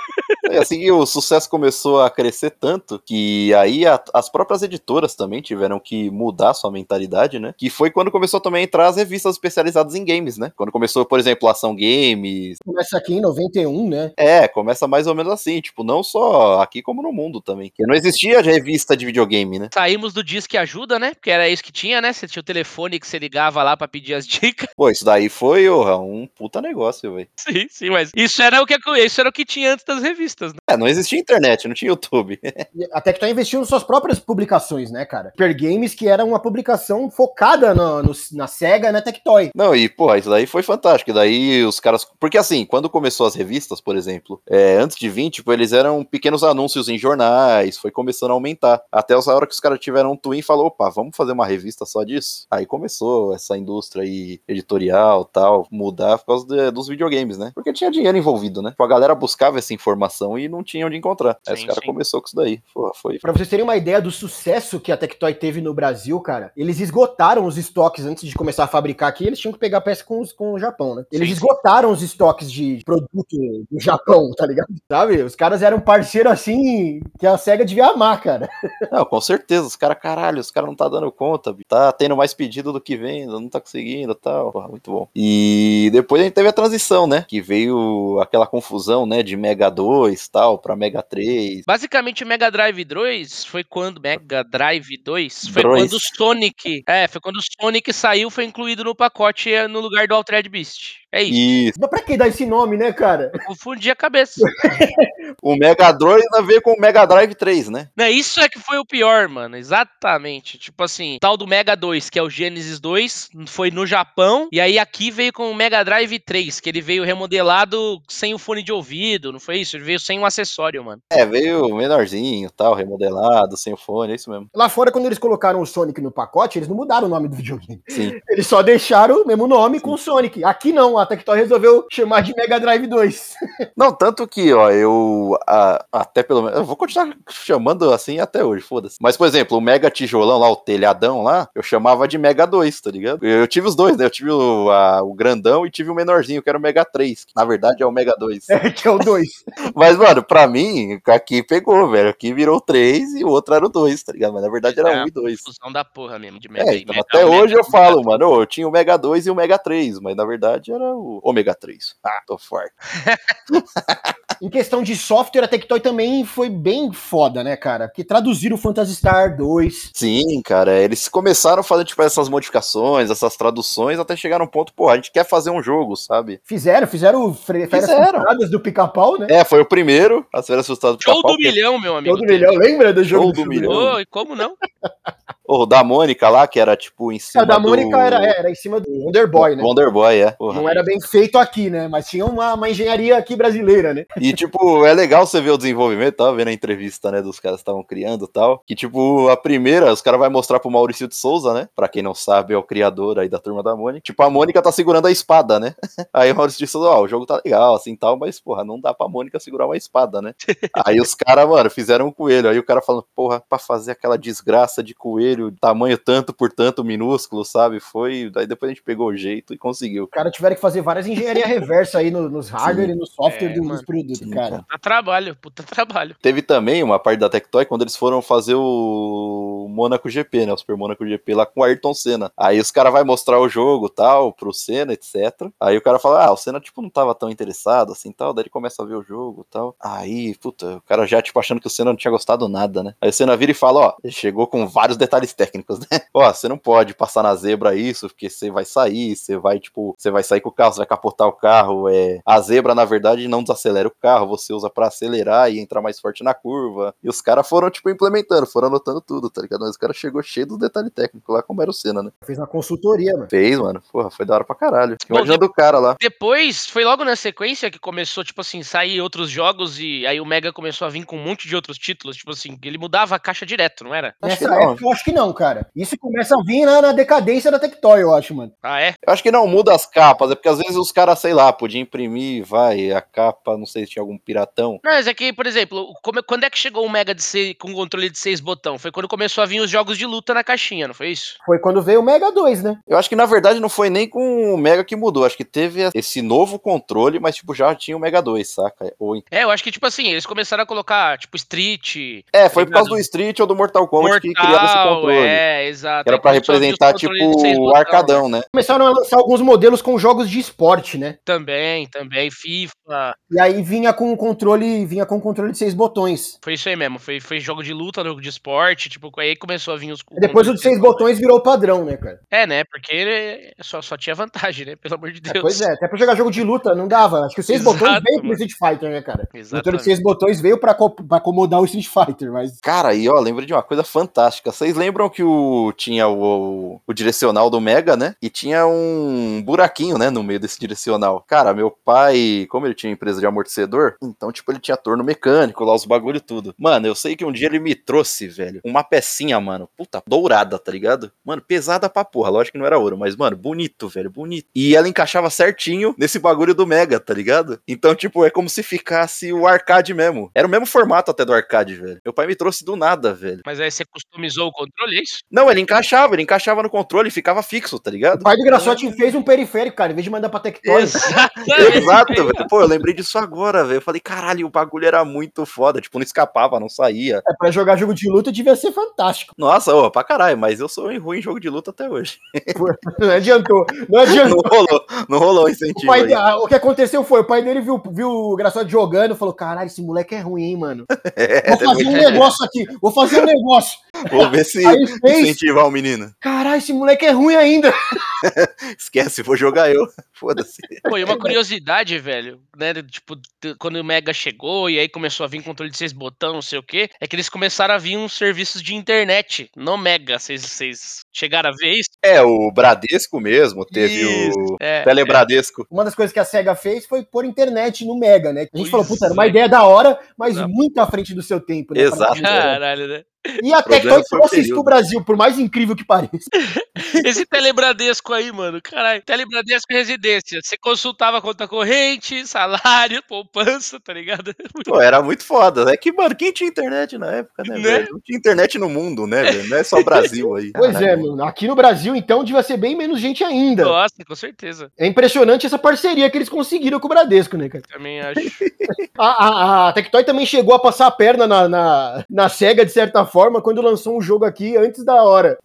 Speaker 1: É assim que o sucesso começou a crescer tanto que aí a- as próprias editoras também tiveram que mudar sua mentalidade, né? Que foi quando começou também a entrar as revistas especializadas em games, né? Quando começou, por exemplo, Ação Games.
Speaker 2: Começa aqui em 91, né?
Speaker 1: É, começa mais ou menos assim, tipo, não só aqui como no mundo também. Porque não existia revista de videogame, né?
Speaker 3: Saímos do Disque Ajuda, né? Porque era isso que tinha, né? Você tinha o telefone que você ligava lá pra pedir as dicas.
Speaker 1: Pô, isso daí foi orra, um puta negócio, velho.
Speaker 3: Sim, sim, mas isso era o que isso era o que tinha antes das revistas, né?
Speaker 1: É, não existia internet, não tinha YouTube.
Speaker 2: E A Tectoy investiu em tá suas próprias publicações, né, cara? Per Games, que era uma publicação focada no- no- na SEGA e na Tectoy.
Speaker 1: Não, e porra, isso daí foi fantástico. E daí os caras. Porque assim, quando começou as revistas, por exemplo, é, antes de 20, tipo, eles eram pequenos anúncios em jornais, foi começando a aumentar. Até essa hora que os caras tiveram um twin e falou: opa, vamos fazer uma revista só disso? Aí começou essa indústria aí editorial tal, mudar por causa de- dos videogames, né? Porque tinha dinheiro envolvido, né? Tipo, A galera buscava essa informação e não tinha onde encontrar. Aí os
Speaker 3: Sim,
Speaker 1: caras
Speaker 3: sim.
Speaker 1: começou com isso daí. Pô, foi.
Speaker 2: Pra vocês terem uma ideia do sucesso que a Tectoy teve no Brasil, cara, eles esgotaram os estoques antes de começar a fabricar aqui, eles tinham que pegar peça com, os- com o Japão, né? Eles
Speaker 3: Sim, sim.
Speaker 2: esgotaram os estoques de produto do Japão, tá ligado? Sabe? Os caras eram parceiro assim que a SEGA devia amar, cara.
Speaker 1: Não, com certeza, os caras, caralho, os caras não tá dando conta, bicho. tá tendo mais pedido do que venda, não tá conseguindo tal. Porra, muito bom. E depois a gente teve a transição, né? Que veio aquela confusão, né? De Mega 2 tal, pra Mega 3.
Speaker 3: Basicamente, o Mega Drive 2 foi quando. Mega Drive 2 foi
Speaker 1: Dois.
Speaker 3: quando o Sonic. É, foi quando o Sonic saiu, foi incluído no pacote eh, no lugar do Altered Beast. É isso.
Speaker 1: E
Speaker 2: Mas pra que dar esse nome, né, cara?
Speaker 3: Eu Confundi a cabeça.
Speaker 1: o Mega Drive a ver com o Mega Drive 3, né?
Speaker 3: Não, isso é que foi o pior, mano. Exatamente. Tipo assim, tal do Mega 2, que é o Genesis 2, foi no Japão. E aí aqui veio com o Mega Drive 3, que ele veio remodelado sem o fone de ouvido, não foi isso? Ele veio sem um acessório, mano.
Speaker 1: É, veio menorzinho, tal, remodelado, sem o fone, é isso mesmo.
Speaker 2: Lá fora, quando eles colocaram o Sonic no pacote, eles não mudaram o nome do videogame.
Speaker 1: Sim.
Speaker 2: Eles só deixaram o mesmo nome com o Sonic. Aqui não, a Tectoy resolveu chamar de Mega Drive 2.
Speaker 1: Não, tanto que, ó, eu a- até pelo menos. Eu vou continuar chamando assim até hoje, foda-se. Mas, por exemplo, o Mega Tijolão lá, o telhadão lá, eu chamava de Mega 2, tá ligado? Eu, eu tive os dois, né? Eu tive o, a- o grandão e tive o menorzinho, que era o Mega 3, que na verdade é o Mega 2.
Speaker 2: É, que é o 2.
Speaker 1: Mas, mano, pra mim, aqui pegou, velho. Aqui virou 3 e o outro era o 2, tá ligado? Mas na verdade era
Speaker 3: É,
Speaker 1: 1 e 2.
Speaker 3: Fusão da porra mesmo de Mega
Speaker 1: É, então, até hoje eu falo, mano, ô, eu tinha o Mega 2 e o Mega 3, mas na verdade era o Omega 3. Ah, tô forte.
Speaker 2: Em questão de software, a Tectoy também foi bem foda, né, cara? Porque traduziram o Phantasy Star 2.
Speaker 1: Sim, cara, eles começaram a fazer, tipo, essas modificações, essas traduções, até chegar num ponto, pô, a gente quer fazer um jogo, sabe?
Speaker 2: Fizeram, fizeram o Fre- Férias
Speaker 1: Fizeram.
Speaker 2: Frustradas do Pica-Pau, né?
Speaker 1: É, foi o primeiro, as férias assustadas do
Speaker 3: Show
Speaker 1: Pica-Pau,
Speaker 3: do milhão, meu amigo.
Speaker 2: Todo milhão, lembra do jogo?
Speaker 1: Show do
Speaker 2: filme?
Speaker 1: É, milhão.
Speaker 3: Ô, e como não?
Speaker 1: o da Mônica lá, que era, tipo, em
Speaker 2: É,
Speaker 1: cima
Speaker 2: o da
Speaker 1: do-
Speaker 2: Mônica era, é, era em cima do Wonder Boy, né?
Speaker 1: Wonder Boy, é. Porra.
Speaker 2: Não era bem feito aqui, né? Mas tinha uma, uma engenharia aqui brasileira, né?
Speaker 1: E, tipo, é legal você ver o desenvolvimento, tava vendo a entrevista, né, dos caras que estavam criando e tal. Que, tipo, a primeira, os caras vão mostrar pro Maurício de Souza, né? Pra quem não sabe, é o criador aí da turma da Mônica. Tipo, a Mônica tá segurando a espada, né? Aí o Maurício de Souza, ó, o jogo tá legal, assim tal, mas, porra, não dá pra Mônica segurar uma espada, né? Aí os caras, mano, fizeram um coelho. Aí o cara falando, porra, pra fazer aquela desgraça de coelho, tamanho tanto por tanto minúsculo, sabe? Foi. Aí depois a gente pegou o jeito e conseguiu.
Speaker 2: Cara, tiveram que fazer várias engenharias reversa aí no- nos hardware e no software
Speaker 3: É,
Speaker 2: dos
Speaker 3: mano.
Speaker 2: produtos,
Speaker 1: Sim,
Speaker 2: cara.
Speaker 1: cara.
Speaker 3: Dá trabalho, puta trabalho.
Speaker 1: Teve também uma parte da Tectoy quando eles foram fazer o Mônaco GP, né? O Super Mônaco GP lá com o Ayrton Senna. Aí os caras vão mostrar o jogo tal, pro Senna, etc. Aí o cara fala, ah, o Senna, tipo, não tava tão interessado assim tal. Daí ele começa a ver o jogo tal. Aí, puta, o cara já, tipo, achando que o Senna não tinha gostado nada, né? Aí o Senna vira e fala, ó, ele chegou com vários detalhes técnicos, né? Ó, você não pode passar na zebra isso, porque você vai sair, você vai, tipo, você vai sair com o carro, você vai capotar o carro. É... A zebra, na verdade, não desacelera o carro, você usa pra acelerar e entrar mais forte na curva. E os caras foram, tipo, implementando, foram anotando tudo, tá ligado? Mas os caras chegou cheio dos detalhes técnicos lá, como era o Senna, né?
Speaker 2: Fez uma consultoria, mano.
Speaker 1: Fez, mano. Porra, foi da hora pra caralho.
Speaker 3: Bom,
Speaker 1: Imagina do cara lá.
Speaker 3: Depois, foi logo na sequência que começou, tipo assim, sair outros jogos e aí o Mega começou a vir com um monte de outros títulos. Tipo assim, ele mudava a caixa direto, não era?
Speaker 1: Acho que
Speaker 2: Nessa
Speaker 1: não.
Speaker 2: época, eu acho que não, cara. Isso começa a vir na, na decadência da Tectoy, eu acho, mano.
Speaker 3: Ah, é?
Speaker 1: Eu acho que não muda as capas, é porque às vezes os caras, sei lá, podiam imprimir, vai, a capa, não sei se tinha algum piratão.
Speaker 3: Não, mas é que, por exemplo, o- como- quando é que chegou o Mega de seis- com controle de seis botão? Foi quando começou a vir os jogos de luta na caixinha, não foi isso?
Speaker 2: Foi quando veio o Mega 2, né?
Speaker 1: Eu acho que na verdade não foi nem com o Mega que mudou, acho que teve esse novo controle, mas tipo já tinha o Mega 2, saca? Ou em-
Speaker 3: É, eu acho que, tipo assim, eles começaram a colocar, tipo, Street,
Speaker 1: É, foi por causa do Street ou do Mortal Kombat que criaram esse
Speaker 3: Mortal,
Speaker 1: controle.
Speaker 3: é, exato.
Speaker 1: Que era
Speaker 3: Aí
Speaker 1: pra
Speaker 3: começou a vir os
Speaker 1: representar
Speaker 3: controles de seis
Speaker 1: tipo o
Speaker 3: botão,
Speaker 1: arcadão, né?
Speaker 2: Começaram a lançar alguns modelos com jogos de esporte, né?
Speaker 3: Também, também, FIFA.
Speaker 2: E aí vinha com o controle, vinha com o controle de seis botões.
Speaker 3: Foi isso aí mesmo. Foi, foi jogo de luta, jogo de esporte. Tipo, aí começou a vir os.
Speaker 2: E depois
Speaker 3: Uhum.
Speaker 2: o de seis botões virou o padrão, né, cara?
Speaker 3: É, né? Porque ele só, só tinha vantagem, né? Pelo amor de Deus.
Speaker 2: É, pois é, até pra jogar jogo de luta não dava. Acho que os seis
Speaker 3: Exato,
Speaker 2: botões veio pro
Speaker 3: mano.
Speaker 2: Street Fighter, né, cara? O controle de
Speaker 3: Exatamente.
Speaker 2: seis botões veio pra, co- pra acomodar o Street Fighter, mas.
Speaker 1: Cara, e ó, lembra de uma coisa fantástica. Vocês lembram que o tinha o, o direcional do Mega, né? E tinha um buraquinho, né, no meio desse direcional. Cara, meu pai, como ele tinha empresa de amortecedor, então tipo ele tinha torno mecânico lá os bagulho e tudo. Mano, eu sei que um dia ele me trouxe, velho, uma pecinha, mano, puta dourada, tá ligado? Mano, pesada pra porra, lógico que não era ouro, mas mano, bonito, velho, bonito. E ela encaixava certinho nesse bagulho do Mega, tá ligado? Então, tipo, é como se ficasse o arcade mesmo. Era o mesmo formato até do arcade, velho. Meu pai me trouxe do nada, velho.
Speaker 3: Mas aí você customizou o controle, é isso?
Speaker 1: Não, ele encaixava, ele encaixava no controle e ficava fixo, tá
Speaker 2: O
Speaker 1: ligado?
Speaker 2: pai do Graçote fez um periférico, cara, em vez de mandar pra Tectoy.
Speaker 3: Exatamente.
Speaker 1: Exato, velho. Pô, eu lembrei disso agora, velho. Eu falei, caralho, o bagulho era muito foda. Tipo, não escapava, não saía.
Speaker 2: É, pra jogar jogo de luta devia ser fantástico.
Speaker 1: Nossa, ô, pra caralho, mas eu sou ruim em jogo de luta até hoje.
Speaker 2: Não adiantou. Não
Speaker 1: Não
Speaker 2: adiantou.
Speaker 1: rolou, não rolou o
Speaker 2: O,
Speaker 1: incentivo.
Speaker 2: pai de-
Speaker 1: aí.
Speaker 2: ah, o que aconteceu foi, o pai dele viu, viu o Graçote jogando e falou: caralho, esse moleque é ruim, hein, mano.
Speaker 1: É,
Speaker 2: Vou
Speaker 1: tem
Speaker 2: fazer um
Speaker 1: muita-
Speaker 2: negócio aqui, vou fazer um negócio.
Speaker 1: Vou ver se
Speaker 2: Aí fez.
Speaker 1: incentivar o menino.
Speaker 2: Caralho, esse moleque é ruim ainda.
Speaker 1: Esquece, vou jogar eu. Foda-se.
Speaker 3: Pô, e uma curiosidade, velho, né? Tipo, t- quando o Mega chegou e aí começou a vir controle de seis botão, não sei o quê, é que eles começaram a vir uns serviços de internet no Mega. Vocês- Vocês chegaram a ver isso?
Speaker 1: É, o Bradesco mesmo teve o
Speaker 3: É,
Speaker 1: Telebradesco.
Speaker 2: Uma das coisas que a SEGA fez foi pôr internet no Mega, né? A gente
Speaker 3: Pois
Speaker 2: falou, puta, era uma
Speaker 3: é.
Speaker 2: ideia da hora, mas
Speaker 3: Não.
Speaker 2: muito à frente do seu tempo, né?
Speaker 1: Exato. é.
Speaker 3: Caralho, né?
Speaker 2: E a
Speaker 1: problema
Speaker 2: Tectoy
Speaker 1: foi o
Speaker 2: trouxe isso
Speaker 1: período.
Speaker 2: pro Brasil, por mais incrível que pareça.
Speaker 3: Esse Telebradesco aí, mano, caralho. Telebradesco Residência. Você consultava conta corrente, salário, poupança, tá ligado?
Speaker 1: Pô, era muito foda. É que, mano, quem tinha internet na época, né,
Speaker 3: Né?
Speaker 1: velho? Não tinha internet no mundo, né, velho? Não é só o Brasil aí.
Speaker 2: Pois é,
Speaker 1: Caralho.
Speaker 2: mano. Aqui no Brasil, então, devia ser bem menos gente ainda.
Speaker 3: Nossa, com certeza.
Speaker 2: É impressionante essa parceria que eles conseguiram com o Bradesco, né, cara?
Speaker 3: Também acho.
Speaker 2: A, a, a Tectoy também chegou a passar a perna na, na, na SEGA, de certa forma, quando lançou um jogo aqui antes da hora.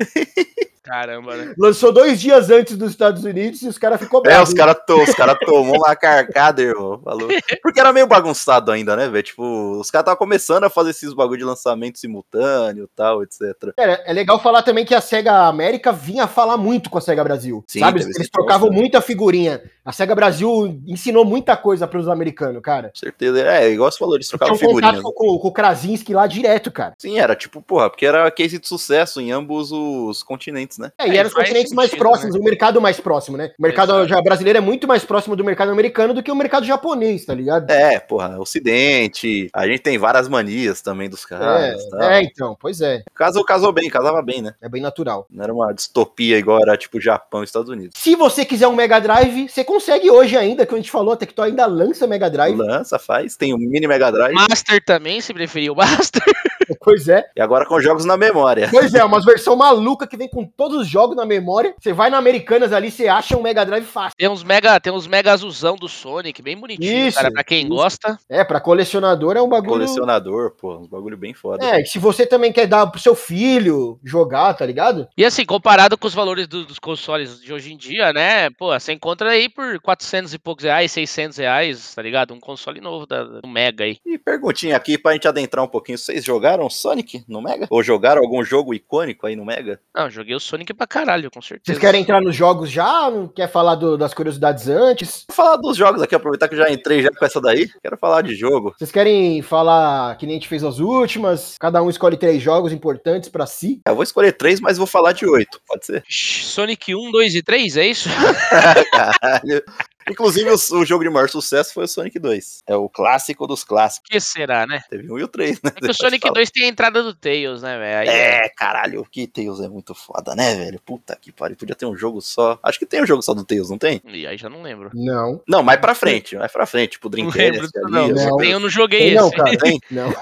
Speaker 3: Caramba, né?
Speaker 2: Lançou dois dias antes dos Estados Unidos e os caras ficou
Speaker 1: É, os
Speaker 2: hein?
Speaker 1: caras cara tomou lá a carcada, irmão. Falou. Porque era meio bagunçado ainda, né, velho? Tipo, os caras estavam começando a fazer esses bagulho de lançamento simultâneo e tal, etc.
Speaker 2: Cara, é legal falar também que a SEGA América vinha falar muito com a SEGA Brasil.
Speaker 1: Sim,
Speaker 2: sabe?
Speaker 1: teve
Speaker 2: Eles
Speaker 1: esse
Speaker 2: trocavam
Speaker 1: ponto, né?
Speaker 2: muita figurinha. A SEGA Brasil ensinou muita coisa para os americanos, cara.
Speaker 1: Com certeza. É, igual você falou, eles né?
Speaker 2: Tinha
Speaker 1: trocavam
Speaker 2: um contato
Speaker 1: figurinhas.
Speaker 2: com, com o Krasinski lá direto, cara.
Speaker 1: Sim, era tipo, porra, porque era case de sucesso em ambos os continentes, né?
Speaker 2: É, e
Speaker 3: Aí
Speaker 2: eram os
Speaker 3: faz
Speaker 2: continentes mais
Speaker 3: sentido, né?
Speaker 2: próximos, o mercado mais próximo, né? O mercado
Speaker 3: Exato.
Speaker 2: já brasileiro é muito mais próximo do mercado americano do que o mercado japonês, tá ligado?
Speaker 1: É, porra, Ocidente. A gente tem várias manias também dos caras. tal.
Speaker 2: É, então, pois é.
Speaker 1: Casou, casou bem, casava bem, né?
Speaker 2: É bem natural.
Speaker 1: Não era uma distopia igual era tipo Japão e Estados Unidos.
Speaker 2: Se você quiser um Mega Drive, você consegue hoje ainda, que a gente falou, a Tectoy ainda lança Mega Drive.
Speaker 1: Lança, faz, tem o mini Mega Drive
Speaker 3: Master também, se preferir o Master.
Speaker 2: Pois é.
Speaker 1: e agora com jogos na memória.
Speaker 2: Pois é, umas versão maluca que vem com todos os jogos na memória. Você vai na Americanas ali, você acha um Mega Drive fácil.
Speaker 3: Tem uns mega, tem uns mega azulzão do Sonic, bem bonitinho,
Speaker 2: Isso,
Speaker 3: cara, pra quem
Speaker 2: isso.
Speaker 3: gosta.
Speaker 2: É, pra colecionador é um bagulho.
Speaker 1: Colecionador, pô, uns bagulho bem foda.
Speaker 2: É, e se você também quer dar pro seu filho jogar, tá ligado?
Speaker 3: E assim, comparado com os valores do- dos consoles de hoje em dia, né? Pô, você encontra aí por 400 e poucos reais, 600 reais, tá ligado? Um console novo da, do Mega aí.
Speaker 1: E perguntinha aqui pra gente adentrar um pouquinho. Vocês jogaram Sonic no Mega? Ou jogaram algum jogo icônico aí no Mega?
Speaker 3: Não, joguei o Sonic pra caralho, com certeza.
Speaker 2: Vocês querem entrar nos jogos já? Não quer falar do- das curiosidades antes?
Speaker 1: Vou falar dos jogos aqui, aproveitar que eu já entrei já com essa daí. Quero falar de jogo.
Speaker 2: Vocês querem falar que nem a gente fez as últimas? Cada um escolhe três jogos importantes pra si.
Speaker 1: É, Eu vou escolher três, mas vou falar de oito. Pode ser?
Speaker 3: Shhh, Sonic 1, 2 e 3, é isso?
Speaker 1: Caralho. Inclusive, o, o jogo de maior sucesso foi o Sonic 2. É o clássico dos clássicos.
Speaker 3: que será, né?
Speaker 1: Teve um e o três, né?
Speaker 3: É que o Sonic 2 tem a entrada do Tails, né, velho? Aí é-
Speaker 1: É, caralho, o que Tails é muito foda, né, velho? Puta que pariu, podia ter um jogo só. Acho que tem um jogo só do Tails, não tem?
Speaker 3: Ih, aí já não lembro.
Speaker 2: Não.
Speaker 1: Não, mais pra frente, mais pra frente, tipo
Speaker 3: Não
Speaker 1: Dreamcast
Speaker 3: lembro
Speaker 1: ali.
Speaker 3: disso, não. um.
Speaker 2: né?
Speaker 1: essas
Speaker 3: Eu,
Speaker 1: coisas.
Speaker 3: não joguei
Speaker 2: não,
Speaker 3: esse.
Speaker 2: cara.
Speaker 1: Tem?
Speaker 2: Não.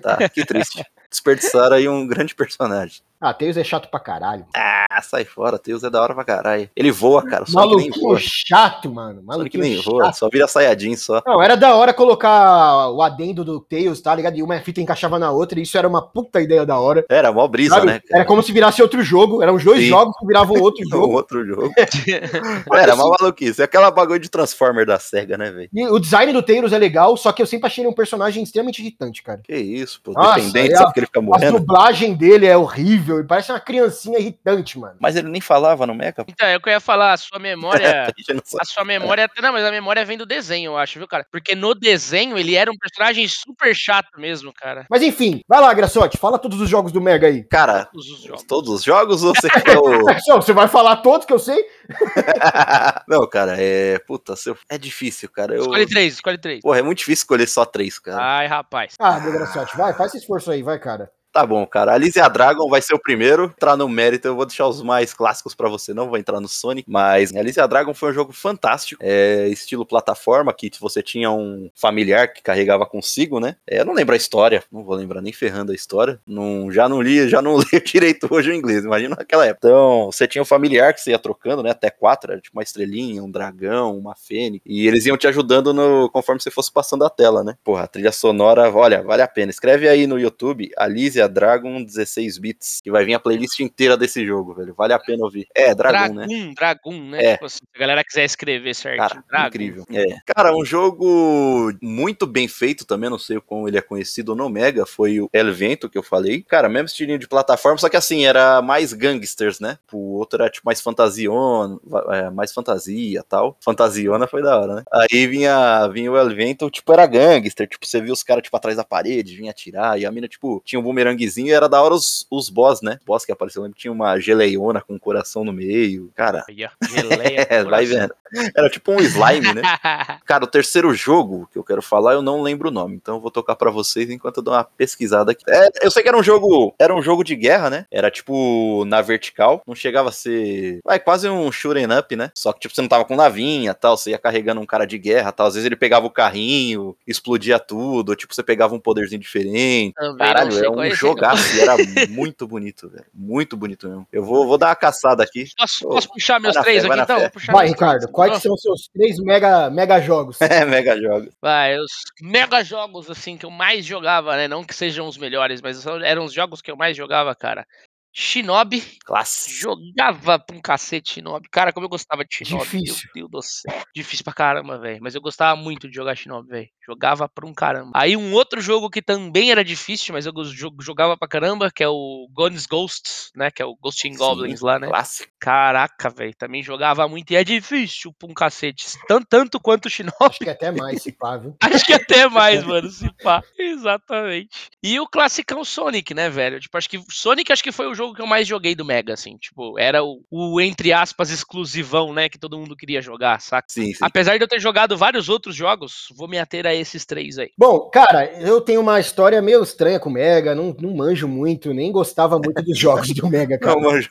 Speaker 1: Tá, que triste. Desperdiçaram aí um grande personagem.
Speaker 2: Ah, Tails é chato pra caralho.
Speaker 1: Ah, sai fora, Tails é da hora pra caralho. Ele voa, cara, o Sonic nem
Speaker 2: Maluquinho
Speaker 1: voa.
Speaker 2: chato,
Speaker 1: Sonic
Speaker 2: mano. Maluquinho
Speaker 1: nem
Speaker 2: chato.
Speaker 1: voa, só vira saiadinho só.
Speaker 2: Não, era da hora colocar o adendo do Tails, tá ligado? E uma fita encaixava na outra, e isso era uma puta ideia da hora.
Speaker 1: Era mó brisa,
Speaker 2: Sabe?
Speaker 1: né?
Speaker 2: Era como se virasse outro jogo, eram os dois
Speaker 1: Sim.
Speaker 2: jogos que viravam outro
Speaker 1: Um
Speaker 2: jogo. assim
Speaker 1: outro jogo. Era mó maluquice. É Aquela bagulho de Transformer da SEGA, né, velho?
Speaker 2: E o design do Tails é legal, só que eu sempre achei ele um personagem extremamente irritante, cara.
Speaker 1: Que isso, pô.
Speaker 2: Nossa,
Speaker 1: Dependente,
Speaker 2: é a-
Speaker 1: sabe que ele fica
Speaker 2: A
Speaker 1: morrendo?
Speaker 2: dublagem dele é horrível, e parece uma criancinha irritante, mano.
Speaker 1: Mas ele nem falava no Mecha, pô.
Speaker 3: Então, é o que eu ia falar, a sua memória.
Speaker 1: A gente não sabe.
Speaker 3: A sua memória. Não, mas a memória vem do desenho, eu acho, viu, cara? Porque no desenho ele era um personagem super chato mesmo, cara.
Speaker 2: Mas enfim, vai lá, Graçote, fala todos os jogos do Mega aí.
Speaker 1: Cara,
Speaker 3: Todos os jogos.
Speaker 1: todos os jogos ou você quer o...
Speaker 2: Não, Você vai falar todos que eu sei?
Speaker 1: Não, cara, é... Puta, seu... é difícil, cara. Eu... Tá.
Speaker 3: Escolhe três, escolhe três.
Speaker 1: Porra, é muito difícil escolher só três, cara.
Speaker 3: Ai, rapaz.
Speaker 2: Ah, meu Graçote, vai, faz esse esforço aí, vai, cara.
Speaker 1: Tá bom, cara. A Lizia Dragon vai ser o primeiro. Entrar no mérito, eu vou deixar os mais clássicos pra você. Não vou entrar no Sonic, mas a Lizia Dragon foi um jogo fantástico. É estilo plataforma, que você tinha um familiar que carregava consigo, né? É, eu não lembro a história. Não vou lembrar nem ferrando a história. Não, já não li, já não leio direito hoje o inglês. Imagina naquela época. Então, você tinha um familiar que você ia trocando, né? Até quatro. Era tipo uma estrelinha, um dragão, uma fênix. E eles iam te ajudando no, conforme você fosse passando a tela, né? Porra, a trilha sonora, olha, vale a pena. Escreve aí no YouTube, a Lizia Ninja Dragon 16 bits, que vai vir a playlist inteira desse jogo, velho. Vale a pena ouvir. É, Dragon, né?
Speaker 3: Dragoon, Dragoon, né?
Speaker 1: É.
Speaker 3: Tipo assim, se a galera quiser escrever certinho,
Speaker 1: Cara,
Speaker 3: Dragoon.
Speaker 1: incrível. É. Cara, um jogo muito bem feito também, não sei como ele é conhecido no Mega, foi o El Vento que eu falei. Cara, mesmo estilinho de plataforma, só que assim, era mais gangsters, né? O outro era tipo mais fantasiona, é, mais fantasia tal. Fantasiona foi da hora, né? Aí vinha, vinha o El Vento, tipo, era gangster, tipo, você via os caras, tipo, atrás da parede, vinha atirar, e a mina, tipo, tinha um bumeranguezinho e era da hora os, os boss, né? Boss que apareceu, eu lembro, tinha uma geleiona com um coração no meio. Cara,
Speaker 3: Aí, ó, geleia.
Speaker 1: é, vai
Speaker 3: coração.
Speaker 1: vendo. Era tipo um slime, né? Cara, o terceiro jogo que eu quero falar, eu não lembro o nome, então eu vou tocar pra vocês enquanto eu dou uma pesquisada aqui. É, eu sei que era um jogo, era um jogo de guerra, né? Era tipo na vertical, não chegava a ser, vai quase um shooting up, né? Só que tipo você não tava com navinha, tal, você ia carregando um cara de guerra, tal, às vezes ele pegava o carrinho, explodia tudo, ou, tipo você pegava um poderzinho diferente.
Speaker 3: Também não
Speaker 1: Caralho,
Speaker 3: sei
Speaker 1: é
Speaker 3: qual
Speaker 1: um
Speaker 3: esse
Speaker 1: jogaço, e era muito bonito, velho. Muito bonito mesmo. Eu vou, vou dar uma caçada aqui.
Speaker 3: jogo. Posso,
Speaker 1: Ô,
Speaker 3: posso puxar meus
Speaker 1: na
Speaker 3: três
Speaker 1: fé,
Speaker 3: aqui
Speaker 1: vai na
Speaker 3: então?
Speaker 1: fé.
Speaker 3: Vou puxar
Speaker 2: Vai,
Speaker 3: meus três. então.
Speaker 2: Ricardo, quais que são os seus três mega, mega jogos?
Speaker 1: É, mega jogo.
Speaker 3: Vai, os mega jogos, assim, que eu mais jogava, né? Não que sejam os melhores, mas são- eram os jogos que eu mais jogava, cara. Shinobi,
Speaker 1: Clássico.
Speaker 3: jogava pra um cacete Shinobi. Cara, como eu gostava de Shinobi.
Speaker 2: Difícil.
Speaker 3: Meu Deus do céu. Difícil pra caramba, velho. Mas eu gostava muito de jogar Shinobi, velho. Jogava pra um caramba. Aí um outro jogo que também era difícil, mas eu go- jo- jogava pra caramba, que é o Guns Ghosts, né? Que é o Ghost in Goblins lá, né?
Speaker 1: Clássico.
Speaker 3: Caraca, velho. Também jogava muito e é difícil pra um cacete. Tan- tanto quanto o Shinobi.
Speaker 2: Acho que até mais, se pá, viu?
Speaker 3: Acho que até mais, mano, se pá. Exatamente. E o classicão Sonic, né, velho? Tipo, acho que Sonic acho que foi o jogo que eu mais joguei do Mega, assim. Tipo, era o, o, entre aspas, exclusivão, né, que todo mundo queria jogar, saca?
Speaker 1: Sim, sim.
Speaker 3: Apesar de eu ter jogado vários outros jogos, vou me ater a esses três aí.
Speaker 2: Bom, cara, eu tenho uma história meio estranha com o Mega, não, não manjo muito, nem gostava muito dos jogos do Mega, cara.
Speaker 1: Não, manjo.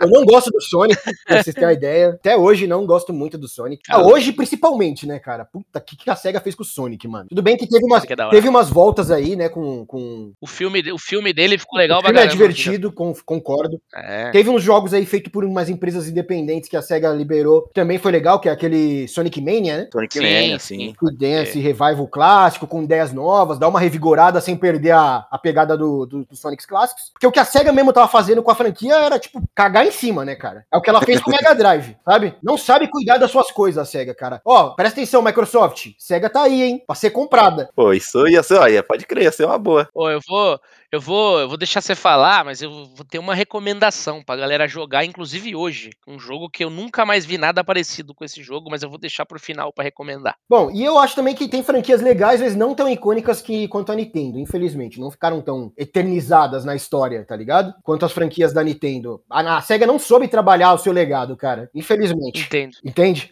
Speaker 2: Eu não gosto do Sonic, pra vocês terem uma ideia. Até hoje não gosto muito do Sonic. Ah, hoje, principalmente, né, cara? Puta, o que, que a SEGA fez com o Sonic, mano? Tudo bem que teve umas,
Speaker 3: Que é da hora.
Speaker 2: teve umas voltas aí, né, com. com...
Speaker 3: O filme, o filme dele ficou legal
Speaker 2: o filme é
Speaker 3: caramba, assim,
Speaker 2: divertido, con- concordo.
Speaker 3: né? É.
Speaker 2: Teve uns jogos aí feitos por umas empresas independentes que a SEGA liberou. que Também foi legal, que é aquele Sonic Mania, né?
Speaker 1: Sonic
Speaker 3: Sim,
Speaker 1: Man,
Speaker 3: sim.
Speaker 1: assim.
Speaker 2: O Dance Revival clássico, com ideias novas, dá uma revigorada sem perder a, a pegada do, do, dos Sonics clássicos. Porque o que a SEGA mesmo tava fazendo com a franquia era, tipo, cagar em cima, né, cara? É o que ela fez com o Mega Drive, sabe? Não sabe cuidar das suas coisas, a SEGA, cara. Ó, presta atenção, Microsoft. SEGA tá aí, hein? Pra ser comprada.
Speaker 1: Pô, isso ia ser, ó, ia, pode crer, ia ser uma boa.
Speaker 3: Ô, eu vou, eu vou, eu vou deixar você falar, mas eu vou ter uma recomendação pra galera jogar, inclusive hoje. Um jogo que eu nunca mais vi nada parecido com esse jogo, mas eu vou deixar pro final pra recomendar.
Speaker 2: Bom, e eu acho também que tem franquias legais, mas não tão icônicas que quanto a Nintendo, infelizmente. Não ficaram tão eternizadas na história, tá ligado? Quanto as franquias da Nintendo. A, a SEGA não soube trabalhar o seu legado, cara. Infelizmente.
Speaker 3: Entendo.
Speaker 2: Entende?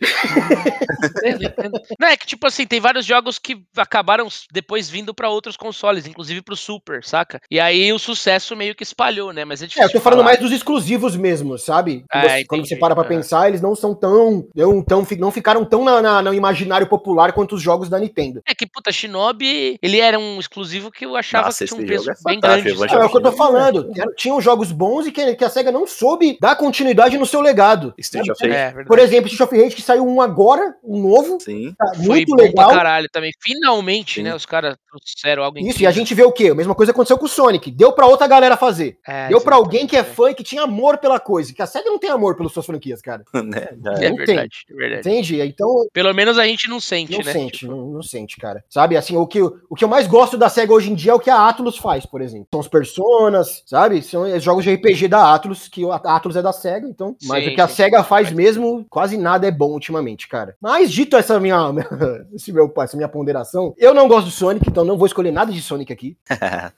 Speaker 3: entendo, entendo. Não, é que tipo assim, tem vários jogos que acabaram s- depois vindo pra outros consoles, inclusive pro Super, saca? E aí o sucesso meio que espalhou, né? Mas é
Speaker 2: É,
Speaker 3: difícil.
Speaker 2: eu tô falando
Speaker 3: falar.
Speaker 2: mais dos exclusivos mesmo, sabe? Que
Speaker 3: Ah,
Speaker 2: você- quando
Speaker 3: entendi,
Speaker 2: você para pra
Speaker 3: aham.
Speaker 2: pensar, eles não são tão. Não, tão, fi- não ficaram tão na, na- no imaginário popular quanto os jogos da Nintendo.
Speaker 3: É que, puta, Shinobi, ele era um exclusivo que eu achava
Speaker 1: Nossa,
Speaker 3: que tinha um
Speaker 1: esse
Speaker 3: peso
Speaker 1: jogo é
Speaker 3: bem
Speaker 1: fantástico,
Speaker 3: grande.
Speaker 1: eu vou
Speaker 3: saca?
Speaker 2: É, é o que eu tô
Speaker 1: sim.
Speaker 2: falando. Era- Tinham jogos bons e que, que a SEGA não soube dar continuidade no seu legado.
Speaker 1: Street of
Speaker 3: É,
Speaker 1: Rage.
Speaker 3: verdade.
Speaker 2: Por exemplo, Street of Rage, que saiu um agora, um novo,
Speaker 1: Sim.
Speaker 2: tá
Speaker 3: Foi
Speaker 2: muito
Speaker 3: bom
Speaker 2: legal.
Speaker 3: pra caralho também. Finalmente,
Speaker 1: Sim.
Speaker 3: né? Os caras trouxeram algo
Speaker 2: Isso, e a gente vê o quê? A mesma coisa aconteceu com o Sonic. Deu pra outra galera fazer.
Speaker 3: É,
Speaker 2: Deu pra
Speaker 3: exatamente,
Speaker 2: alguém que é
Speaker 3: velho.
Speaker 2: fã e que tinha amor pela coisa. Que a SEGA não tem amor pelas suas franquias, cara.
Speaker 1: Né? Já
Speaker 3: É
Speaker 1: é.
Speaker 2: Não tem.
Speaker 3: verdade, é verdade.
Speaker 2: Entende? Então,
Speaker 3: Pelo menos a gente não sente,
Speaker 2: Não
Speaker 3: né?
Speaker 2: sente,
Speaker 3: Tipo,
Speaker 2: não, não sente, cara. Sabe, assim, o que, eu- o que eu mais gosto da SEGA hoje em dia é o que a Atlus faz, por exemplo. São os Personas, sabe? São os jogos de RPG da Atlus, que o- a Atlus é da SEGA, então. Mas
Speaker 3: Sim,
Speaker 2: o que a
Speaker 3: sim,
Speaker 2: SEGA faz
Speaker 3: faz
Speaker 2: mesmo, quase nada é bom ultimamente, cara. Mas dito essa minha, esse meu, essa minha ponderação, eu não gosto do Sonic, então não vou escolher nada de Sonic aqui.
Speaker 1: Coitado.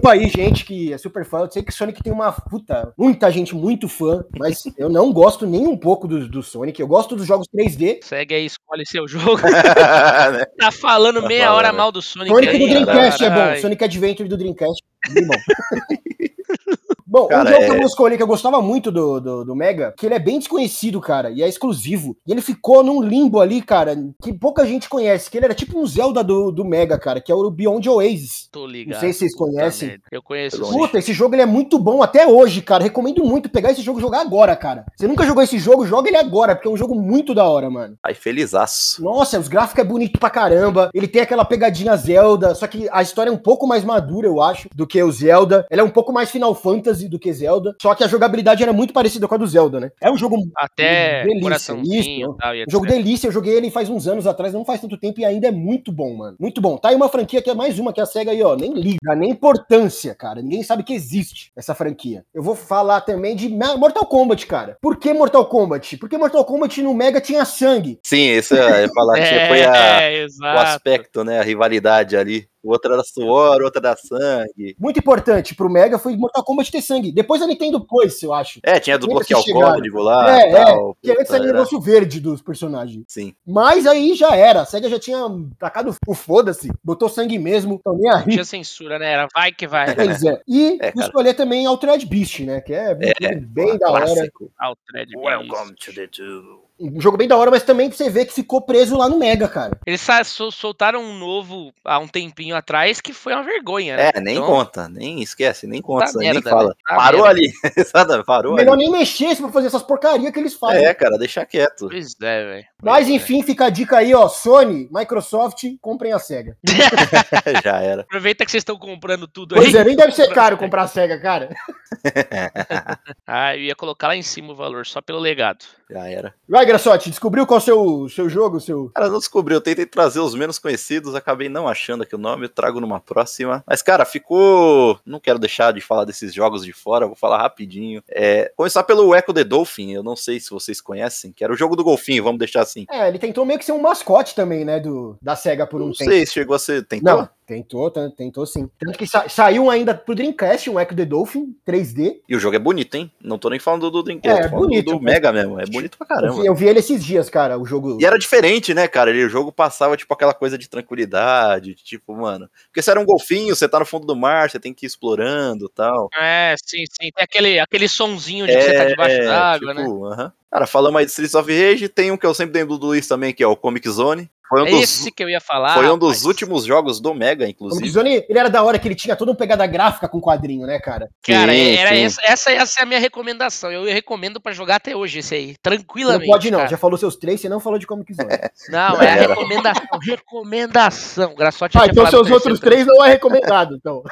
Speaker 2: Desculpa aí, gente, que é super fã. Eu sei que Sonic tem uma puta, muita gente muito fã, mas eu não gosto nem um pouco do, do Sonic. Eu gosto dos jogos 3D.
Speaker 3: segue aí, escolhe seu jogo.
Speaker 1: Né?
Speaker 3: tá falando
Speaker 1: Tá
Speaker 3: meia hora
Speaker 1: falando.
Speaker 3: mal do Sonic.
Speaker 2: Sonic do
Speaker 3: aí,
Speaker 2: Dreamcast é bom.
Speaker 3: caralho.
Speaker 2: Sonic Adventure do Dreamcast. é bem bom. Bom,
Speaker 1: Cara,
Speaker 2: um jogo que
Speaker 1: é-
Speaker 2: eu vou escolher que eu gostava muito do, do, do Mega, que ele é bem desconhecido, cara, e é exclusivo. E ele ficou num limbo ali, cara, que pouca gente conhece, que ele era tipo um Zelda do, do Mega, cara, que é o Beyond Oasis.
Speaker 3: Tô ligado.
Speaker 2: Não sei se vocês
Speaker 3: Puta
Speaker 2: conhecem.
Speaker 3: merda. Eu conheço.
Speaker 1: Longe.
Speaker 3: sim.
Speaker 2: Puta, esse jogo ele é muito bom até hoje, cara. Recomendo muito pegar esse jogo e jogar agora, cara. Você nunca jogou esse jogo, joga ele agora, porque é um jogo muito da hora, mano.
Speaker 1: Aí, felizaço.
Speaker 2: Nossa, os gráficos é bonito pra caramba. Ele tem aquela pegadinha Zelda, só que a história é um pouco mais madura, eu acho, do que o Zelda. Ela é um pouco mais Final Fantasy do que Zelda. Só que a jogabilidade era muito parecida com a do Zelda, né? É um jogo. Um
Speaker 3: Até
Speaker 2: Delícia,
Speaker 3: coraçãozinho
Speaker 2: isso,
Speaker 3: e tal. E
Speaker 2: jogo
Speaker 3: etc.
Speaker 2: delícia, eu joguei ele faz uns anos atrás, não faz tanto tempo e ainda é muito bom, mano. Muito bom. Tá aí uma franquia que é mais uma que a SEGA aí, ó, nem liga, nem importância, cara. Ninguém sabe que existe essa franquia. Eu vou falar também de Ma- Mortal Kombat, cara. Por que Mortal Kombat? Porque Mortal Kombat no Mega tinha sangue.
Speaker 1: Sim, esse é, é falar que foi a,
Speaker 3: é,
Speaker 1: o
Speaker 3: exato.
Speaker 1: aspecto, né? A rivalidade ali. O outro era suor, o outro era sangue.
Speaker 2: muito importante pro Mega foi Mortal Kombat ter sangue. Depois a Nintendo pôs, eu acho.
Speaker 1: É, tinha do
Speaker 2: Eles
Speaker 1: bloquear o
Speaker 2: chegaram.
Speaker 1: código lá
Speaker 2: É,
Speaker 1: e tal.
Speaker 2: Que antes
Speaker 1: Puta,
Speaker 2: era um
Speaker 1: era-
Speaker 2: negócio verde dos personagens.
Speaker 1: Sim.
Speaker 2: Mas aí já era. A SEGA já tinha tacado o foda-se. Botou sangue mesmo. Então nem a
Speaker 3: Não tinha censura, né? Era vai que vai.
Speaker 2: Pois é. E
Speaker 1: É,
Speaker 2: vou escolher também Altered Beast, né? Que é, um jogo bem da hora.
Speaker 1: Clássico.
Speaker 3: Ah, o Thread Beast.
Speaker 1: the two.
Speaker 2: Um jogo bem da hora, mas também você vê que ficou preso lá no Mega, cara.
Speaker 3: Eles sa- sol- soltaram um novo há um tempinho atrás que foi uma vergonha, né?
Speaker 1: É, nem
Speaker 3: Então,
Speaker 1: conta, nem esquece, nem conta,
Speaker 3: Tá
Speaker 1: isso aí, nem
Speaker 3: merda,
Speaker 1: fala.
Speaker 3: né? Tá
Speaker 1: Parou
Speaker 3: merda.
Speaker 1: ali, exato, parou
Speaker 2: Melhor
Speaker 1: ali.
Speaker 2: nem mexer se for fazer essas porcarias que eles fazem.
Speaker 1: É, cara, deixa quieto.
Speaker 3: Pois é, velho.
Speaker 2: Mas
Speaker 3: Pois é.
Speaker 2: enfim, fica a dica aí, ó. Sony, Microsoft, comprem a SEGA.
Speaker 1: É, Já era.
Speaker 3: Aproveita que vocês estão comprando tudo aí.
Speaker 2: Pois é, nem deve ser caro comprar a SEGA, cara.
Speaker 3: Ah, eu ia colocar lá em cima o valor, só pelo legado.
Speaker 1: Já era.
Speaker 2: Vai, Graçote, descobriu qual é o seu, seu jogo, seu.
Speaker 1: Cara, não descobri, eu tentei trazer os menos conhecidos, acabei não achando aqui o nome, eu trago numa próxima. Mas, cara, ficou. Não quero deixar de falar desses jogos de fora, vou falar rapidinho. É, começar pelo Echo the Dolphin, eu não sei se vocês conhecem, que era o jogo do golfinho, vamos deixar assim.
Speaker 2: É, ele tentou meio que ser um mascote também, né, do, da SEGA por um
Speaker 1: não
Speaker 2: tempo.
Speaker 1: sei se chegou a ser. Tentou?
Speaker 2: Não, tentou, tan- tentou sim. Tanto que sa- saiu ainda pro Dreamcast, um Echo the Dolphin 3D.
Speaker 1: E o jogo é bonito, hein? Não tô nem falando do, do Dreamcast,
Speaker 2: É,
Speaker 1: tô
Speaker 2: é
Speaker 1: falando do-
Speaker 2: bonito,
Speaker 1: do Mega mesmo. É bonito pra
Speaker 2: Eu
Speaker 1: caramba.
Speaker 2: vi, eu vi ele esses dias, cara, o jogo.
Speaker 1: E era diferente, né, cara? Ele, o jogo passava, tipo, aquela coisa de tranquilidade, de, tipo, mano. Porque você era um golfinho, você tá no fundo do mar, você tem que ir explorando e tal.
Speaker 3: É, sim, sim. Tem aquele, aquele sonzinho de que você tá debaixo
Speaker 1: É,
Speaker 3: d'água, né?
Speaker 1: tipo, aham. Cara, falamos aí de Streets of Rage, tem um que eu sempre lembro do Luiz também, que é o Comic Zone. Foi um
Speaker 3: É
Speaker 1: dos,
Speaker 3: esse que eu ia falar.
Speaker 1: foi um dos
Speaker 3: rapaz.
Speaker 1: últimos jogos do Mega,
Speaker 2: O Comic
Speaker 1: inclusive.
Speaker 2: Zone, ele era da hora que ele tinha toda uma pegada gráfica com quadrinho, né, cara?
Speaker 3: Cara,
Speaker 1: Sim,
Speaker 3: era
Speaker 1: sim.
Speaker 3: Essa, essa, essa é a minha recomendação. Eu recomendo pra jogar até hoje esse aí,
Speaker 2: Não
Speaker 3: tranquilamente.
Speaker 2: pode não,
Speaker 3: cara.
Speaker 2: já falou seus três, você não falou de Comic Zone.
Speaker 3: Não, é a
Speaker 1: Era.
Speaker 3: recomendação. Recomendação. Graçote
Speaker 2: ah,
Speaker 3: tinha
Speaker 2: então
Speaker 3: falado
Speaker 2: seus
Speaker 3: do
Speaker 2: outros
Speaker 3: terceiro
Speaker 2: três não é recomendado, então.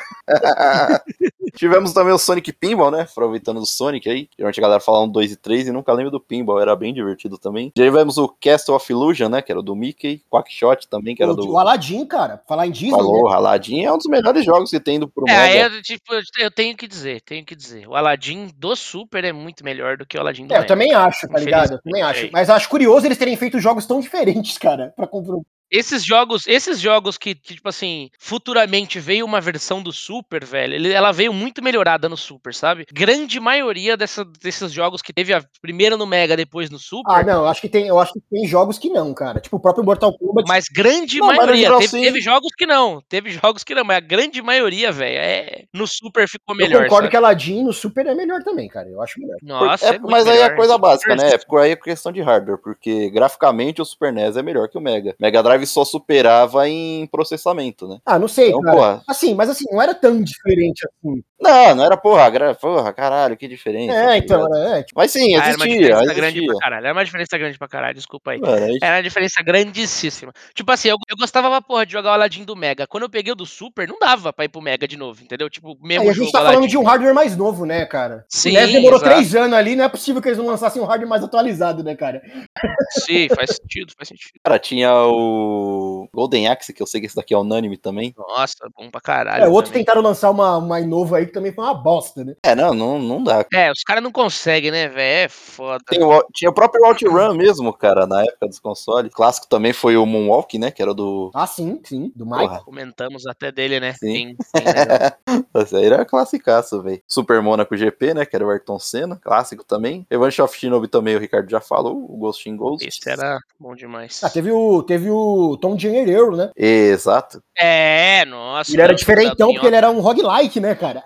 Speaker 1: Tivemos também o Sonic Pinball, né? Aproveitando do Sonic aí. Geralmente a galera fala um 2 e 3 e nunca lembra do Pinball, era bem divertido também. Tivemos o Castle of Illusion, né? Que era do Mickey. Quackshot também, que era
Speaker 2: O,
Speaker 1: do.
Speaker 2: o Aladdin, cara, falar em Disney, né?
Speaker 1: Falou, Aladdin é um dos melhores jogos que tem indo pro
Speaker 3: É, aí
Speaker 1: Mega.
Speaker 3: eu, tipo, eu- eu tenho que dizer, tenho que dizer. O Aladdin do Super é muito melhor do que o Aladdin do
Speaker 2: É, eu
Speaker 3: Mega.
Speaker 2: também acho, tá ligado? Eu também
Speaker 3: Infelizmente,
Speaker 2: acho.
Speaker 3: é.
Speaker 2: Mas acho curioso eles terem feito jogos tão diferentes, cara, pra comprar.
Speaker 3: Esses jogos, esses jogos que, que, tipo assim, futuramente veio uma versão do Super, velho, ele- ela veio muito melhorada no Super, sabe? Grande maioria dessa- desses jogos que teve a primeira no Mega, depois no Super,
Speaker 2: Ah, não, eu acho que tem, eu acho que tem jogos que não, cara. Tipo, o próprio Mortal Kombat.
Speaker 3: mas grande
Speaker 1: Não, mas no
Speaker 3: maioria.
Speaker 1: geral,
Speaker 3: teve,
Speaker 1: sim.
Speaker 3: teve jogos que não, teve jogos que não, mas a grande maioria, velho, é, no Super ficou
Speaker 2: eu
Speaker 3: melhor.
Speaker 2: concordo
Speaker 3: sabe?
Speaker 2: que Aladdin no Super é melhor também, cara. Eu acho melhor.
Speaker 3: Nossa,
Speaker 1: É,
Speaker 3: é muito
Speaker 1: mas aí
Speaker 3: melhor.
Speaker 1: é coisa básica, né?
Speaker 3: Super-
Speaker 1: É, porque aí é questão de hardware, porque graficamente o Super NES é melhor que o Mega. Mega Drive só superava em processamento, né?
Speaker 2: Ah, não sei,
Speaker 1: Então,
Speaker 2: cara.
Speaker 1: porra.
Speaker 2: Assim, mas assim, não era tão diferente assim.
Speaker 1: Não, não era porra, gra... porra, caralho, que diferença. tá
Speaker 2: É, então,
Speaker 1: ligado?
Speaker 2: era, é, tipo,
Speaker 1: Mas sim,
Speaker 3: Ah, era uma
Speaker 1: existia,
Speaker 3: diferença grande
Speaker 1: existia.
Speaker 3: pra caralho. É. Era uma diferença grande pra caralho, desculpa aí.
Speaker 1: Mano, a gente-
Speaker 3: Era uma diferença grandíssima. Tipo assim, eu, eu gostava pra porra de jogar o Aladdin do Mega. Quando eu peguei o do Super, não dava pra ir pro Mega de novo, entendeu? Tipo,
Speaker 2: aí
Speaker 3: mesmo
Speaker 2: a gente
Speaker 3: jogo
Speaker 2: tá
Speaker 3: Aladdin.
Speaker 2: falando de um hardware mais novo, né, cara?
Speaker 3: Sim,
Speaker 2: o NES demorou
Speaker 3: exato.
Speaker 2: três anos ali, não é possível que eles não lançassem um hardware mais atualizado, né, cara?
Speaker 3: Sim, faz sentido, faz sentido.
Speaker 1: Cara, tinha o Golden Axe, que eu sei que esse daqui é unânime também.
Speaker 3: Nossa, bom pra caralho.
Speaker 2: É, o outro
Speaker 3: também.
Speaker 2: tentaram lançar uma, uma novo aí que também foi uma bosta, né?
Speaker 1: É, não, não, não dá.
Speaker 3: É, os caras não conseguem, né, velho? É foda.
Speaker 1: Tem o- tinha o próprio OutRun mesmo, cara, na época dos consoles. Clássico também foi o Moonwalk, né? Que era do.
Speaker 2: Ah, sim, sim, do Mike.
Speaker 1: Porra,
Speaker 3: Comentamos até dele, né?
Speaker 1: Ah. Sim.
Speaker 3: Sim, sim, né?
Speaker 1: essa aí era classicaço, velho. Super Monaco GP, né? Que era o Ayrton Senna, clássico também. Revenge of Shinobi também, o Ricardo já falou, o Ghost in Ghost.
Speaker 3: Esse era bom demais.
Speaker 2: Ah, teve o, teve o do Tom Janeiro, né?
Speaker 1: Exato.
Speaker 3: É, nossa.
Speaker 2: Ele era
Speaker 3: não,
Speaker 2: diferentão
Speaker 3: da
Speaker 2: porque ele era um roguelike, né, cara?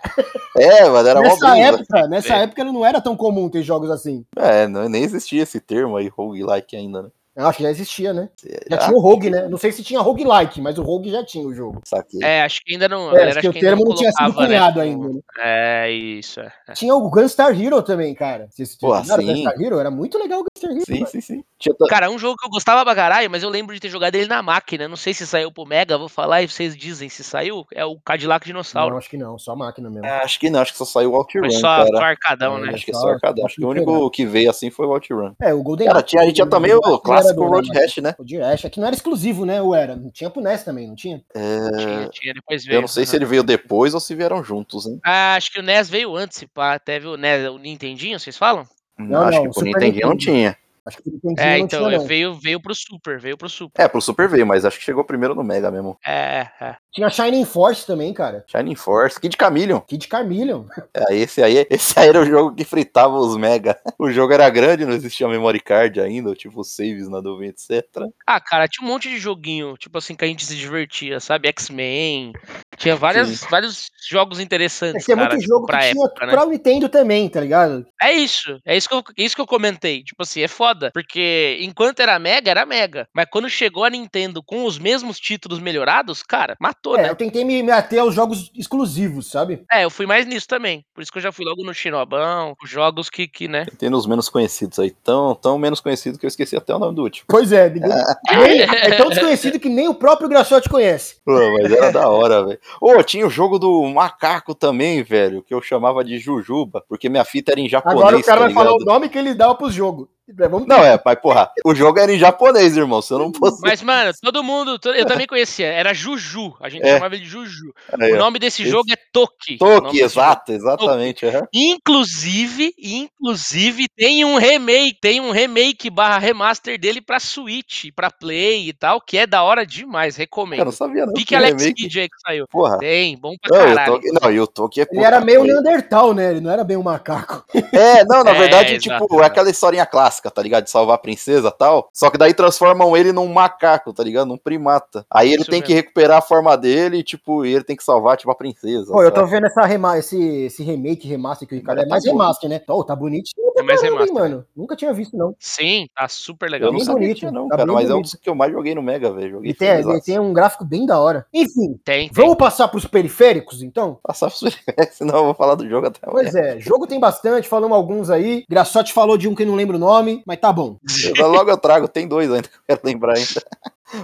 Speaker 1: É, mas era uma
Speaker 2: Nessa
Speaker 1: brisa.
Speaker 2: época, nessa
Speaker 3: É.
Speaker 2: época não era tão comum ter jogos assim.
Speaker 1: É, não, nem existia esse termo aí, roguelike ainda, né?
Speaker 2: Eu acho que já existia, né? Já
Speaker 1: Ah,
Speaker 2: tinha o Rogue, né? Não sei se tinha Roguelike, mas o Rogue já tinha o jogo.
Speaker 1: saquei.
Speaker 3: É, acho que ainda não. a
Speaker 2: É,
Speaker 3: galera
Speaker 2: acho que o
Speaker 3: acho ainda
Speaker 2: termo não tinha sido
Speaker 3: colocava, né,
Speaker 2: cunhado
Speaker 3: como-
Speaker 2: ainda. né?
Speaker 3: É, isso. é.
Speaker 2: Tinha o Gunstar Hero também, cara. Vocês
Speaker 1: Pô,
Speaker 2: jogaram o
Speaker 1: sim.
Speaker 2: Gunstar Hero? Era muito legal o Gunstar Hero.
Speaker 1: Sim,
Speaker 2: cara.
Speaker 1: sim, sim. Tinha ta-
Speaker 3: Cara, é um jogo que eu gostava pra caralho, mas eu lembro de ter jogado ele na máquina. Não sei se saiu pro Mega, vou falar e vocês dizem se saiu. É o Cadillac Dinossauro.
Speaker 2: Não, acho que não, só a máquina mesmo.
Speaker 1: Ah, acho que não, acho que só saiu o Outrun,
Speaker 3: Foi só, só
Speaker 1: cara.
Speaker 3: arcadão, né?
Speaker 1: Acho que é
Speaker 2: Só-
Speaker 1: só arcadão. Acho que o único que veio assim foi o Outrun.
Speaker 2: É, o Golden
Speaker 1: Cara,
Speaker 2: Axe.
Speaker 1: tinha, a gente tinha também o
Speaker 2: Golden
Speaker 1: clássico
Speaker 2: Axe
Speaker 1: Road
Speaker 2: era do-
Speaker 1: Rash, né?
Speaker 2: O Dirash, é que não era exclusivo, né? O era. Não tinha pro NES também, não tinha?
Speaker 3: Tinha, tinha, depois
Speaker 1: É.
Speaker 3: veio.
Speaker 1: Eu não sei se ele veio depois ou se vieram juntos, hein?
Speaker 3: Ah, acho que o NES veio antes, se pá, até viu o NES, o Nintendinho, vocês falam?
Speaker 2: Não,
Speaker 1: acho
Speaker 2: não,
Speaker 1: que pro
Speaker 2: Super
Speaker 1: Nintendinho não
Speaker 2: Nintendo.
Speaker 1: tinha.
Speaker 2: Acho que o Nintendinho
Speaker 3: É,
Speaker 2: não
Speaker 3: então,
Speaker 2: tinha, não.
Speaker 3: veio, veio pro Super, veio pro Super.
Speaker 1: É, pro Super veio, mas acho que chegou primeiro no Mega mesmo.
Speaker 3: É, é.
Speaker 2: Tinha Shining Force também, cara.
Speaker 1: Shining Force, Kid Chameleon.
Speaker 2: Kid Carmillion.
Speaker 1: É, esse aí, esse aí era o jogo que fritava os Mega. O jogo era grande, não existia memory card ainda, tipo saves na nuvem, etc.
Speaker 3: Ah, cara, tinha um monte de joguinho, tipo assim, que a gente se divertia, sabe? X-Men. Tinha várias, vários
Speaker 1: É
Speaker 3: jogos interessantes,
Speaker 2: Tinha
Speaker 3: cara,
Speaker 2: muito
Speaker 3: tipo,
Speaker 2: jogo que
Speaker 3: pra
Speaker 2: tinha
Speaker 3: época, né?
Speaker 2: pra Nintendo também, tá ligado?
Speaker 3: É isso, é isso que, eu, isso que eu comentei. Tipo assim, é foda, porque enquanto era Mega, era Mega. Mas quando chegou a Nintendo com os mesmos títulos melhorados, cara, matou,
Speaker 2: É,
Speaker 3: né?
Speaker 2: eu tentei me me ater aos jogos exclusivos, sabe?
Speaker 3: É, eu fui mais nisso também. Por isso que eu já fui logo no Chinobão, os jogos que, que né?
Speaker 1: Tem os menos conhecidos aí, tão, tão menos conhecido que eu esqueci até o nome do último.
Speaker 2: Pois é, ninguém- nem- é tão desconhecido que nem o próprio Graçote conhece.
Speaker 1: Pô, mas era da hora, velho. Ô, tinha o jogo do macaco também, velho, que eu chamava de Jujuba, porque minha fita era em japonês.
Speaker 2: Agora o cara
Speaker 1: tá
Speaker 2: vai falar o
Speaker 1: ligado?
Speaker 2: nome que ele dá pros jogos. Vamos
Speaker 1: Não, é, mas porra, o jogo era em japonês, irmão, se eu não fosse...
Speaker 3: Mas, mano, todo mundo, to- eu também conhecia, era Juju, a gente
Speaker 1: É.
Speaker 3: chamava ele de Juju.
Speaker 1: Aí,
Speaker 3: O
Speaker 1: ó.
Speaker 3: nome desse
Speaker 1: Esse-
Speaker 3: jogo é Toki. O nome
Speaker 1: Toque,
Speaker 3: desse jogo. é
Speaker 1: exato, exatamente. é, aham.
Speaker 3: Inclusive, inclusive tem um remake, tem um remake barra remaster dele pra Switch, pra Play e tal, que é da hora demais,
Speaker 1: Cara, eu não
Speaker 3: recomendo.
Speaker 1: sabia não.
Speaker 3: Pique
Speaker 1: tinha
Speaker 3: Alex
Speaker 1: remake.
Speaker 3: Kid aí que é saiu.
Speaker 2: Ah.
Speaker 1: Porra.
Speaker 3: Tem, bom pra
Speaker 1: Não, e o
Speaker 3: caralho.
Speaker 1: Toque, não, e o Toque é
Speaker 2: Ele era
Speaker 1: puta
Speaker 2: meio
Speaker 1: coisa.
Speaker 2: Neandertal, né? Ele não era bem um macaco.
Speaker 1: É, não, na
Speaker 3: É,
Speaker 1: verdade,
Speaker 3: exato,
Speaker 1: tipo, é
Speaker 3: exato.
Speaker 1: aquela historinha clássica, tá ligado? De salvar a princesa e tal. Só que daí transformam ele num macaco, tá ligado? Num primata. Aí ele
Speaker 3: Isso
Speaker 1: tem que
Speaker 3: mesmo.
Speaker 1: recuperar a forma dele e, tipo, e ele tem que salvar, tipo, a princesa.
Speaker 2: Pô, eu
Speaker 1: sabe?
Speaker 2: tô vendo essa rema- esse, esse remake, remaster que o Ricardo.
Speaker 1: Tá
Speaker 2: É mais
Speaker 1: bonito.
Speaker 2: remaster, né? Pô, tá bonitinho. pra
Speaker 3: É mais
Speaker 2: caramba, hein,
Speaker 3: remaster,
Speaker 2: mano. Nunca tinha visto, não.
Speaker 3: Sim, tá super legal.
Speaker 1: Eu não
Speaker 2: bem
Speaker 1: sabia
Speaker 2: bonito,
Speaker 1: que tinha, não,
Speaker 2: tá
Speaker 1: cara.
Speaker 2: bem
Speaker 1: Mas é um
Speaker 2: bonito.
Speaker 1: dos que eu mais joguei no Mega, velho. Joguei
Speaker 2: Ele tem, ele
Speaker 1: filmes,
Speaker 2: tem um gráfico bem da hora. Enfim,
Speaker 3: Tem, tem.
Speaker 2: vamos passar pros periféricos, então?
Speaker 1: Passar pro Super senão eu vou falar do jogo
Speaker 3: Então
Speaker 1: até amanhã.
Speaker 2: Pois é, jogo tem bastante, falamos alguns aí. Graçote falou de um que eu não lembro o nome, mas tá bom.
Speaker 1: Eu- Logo eu trago, tem dois ainda que eu quero lembrar ainda.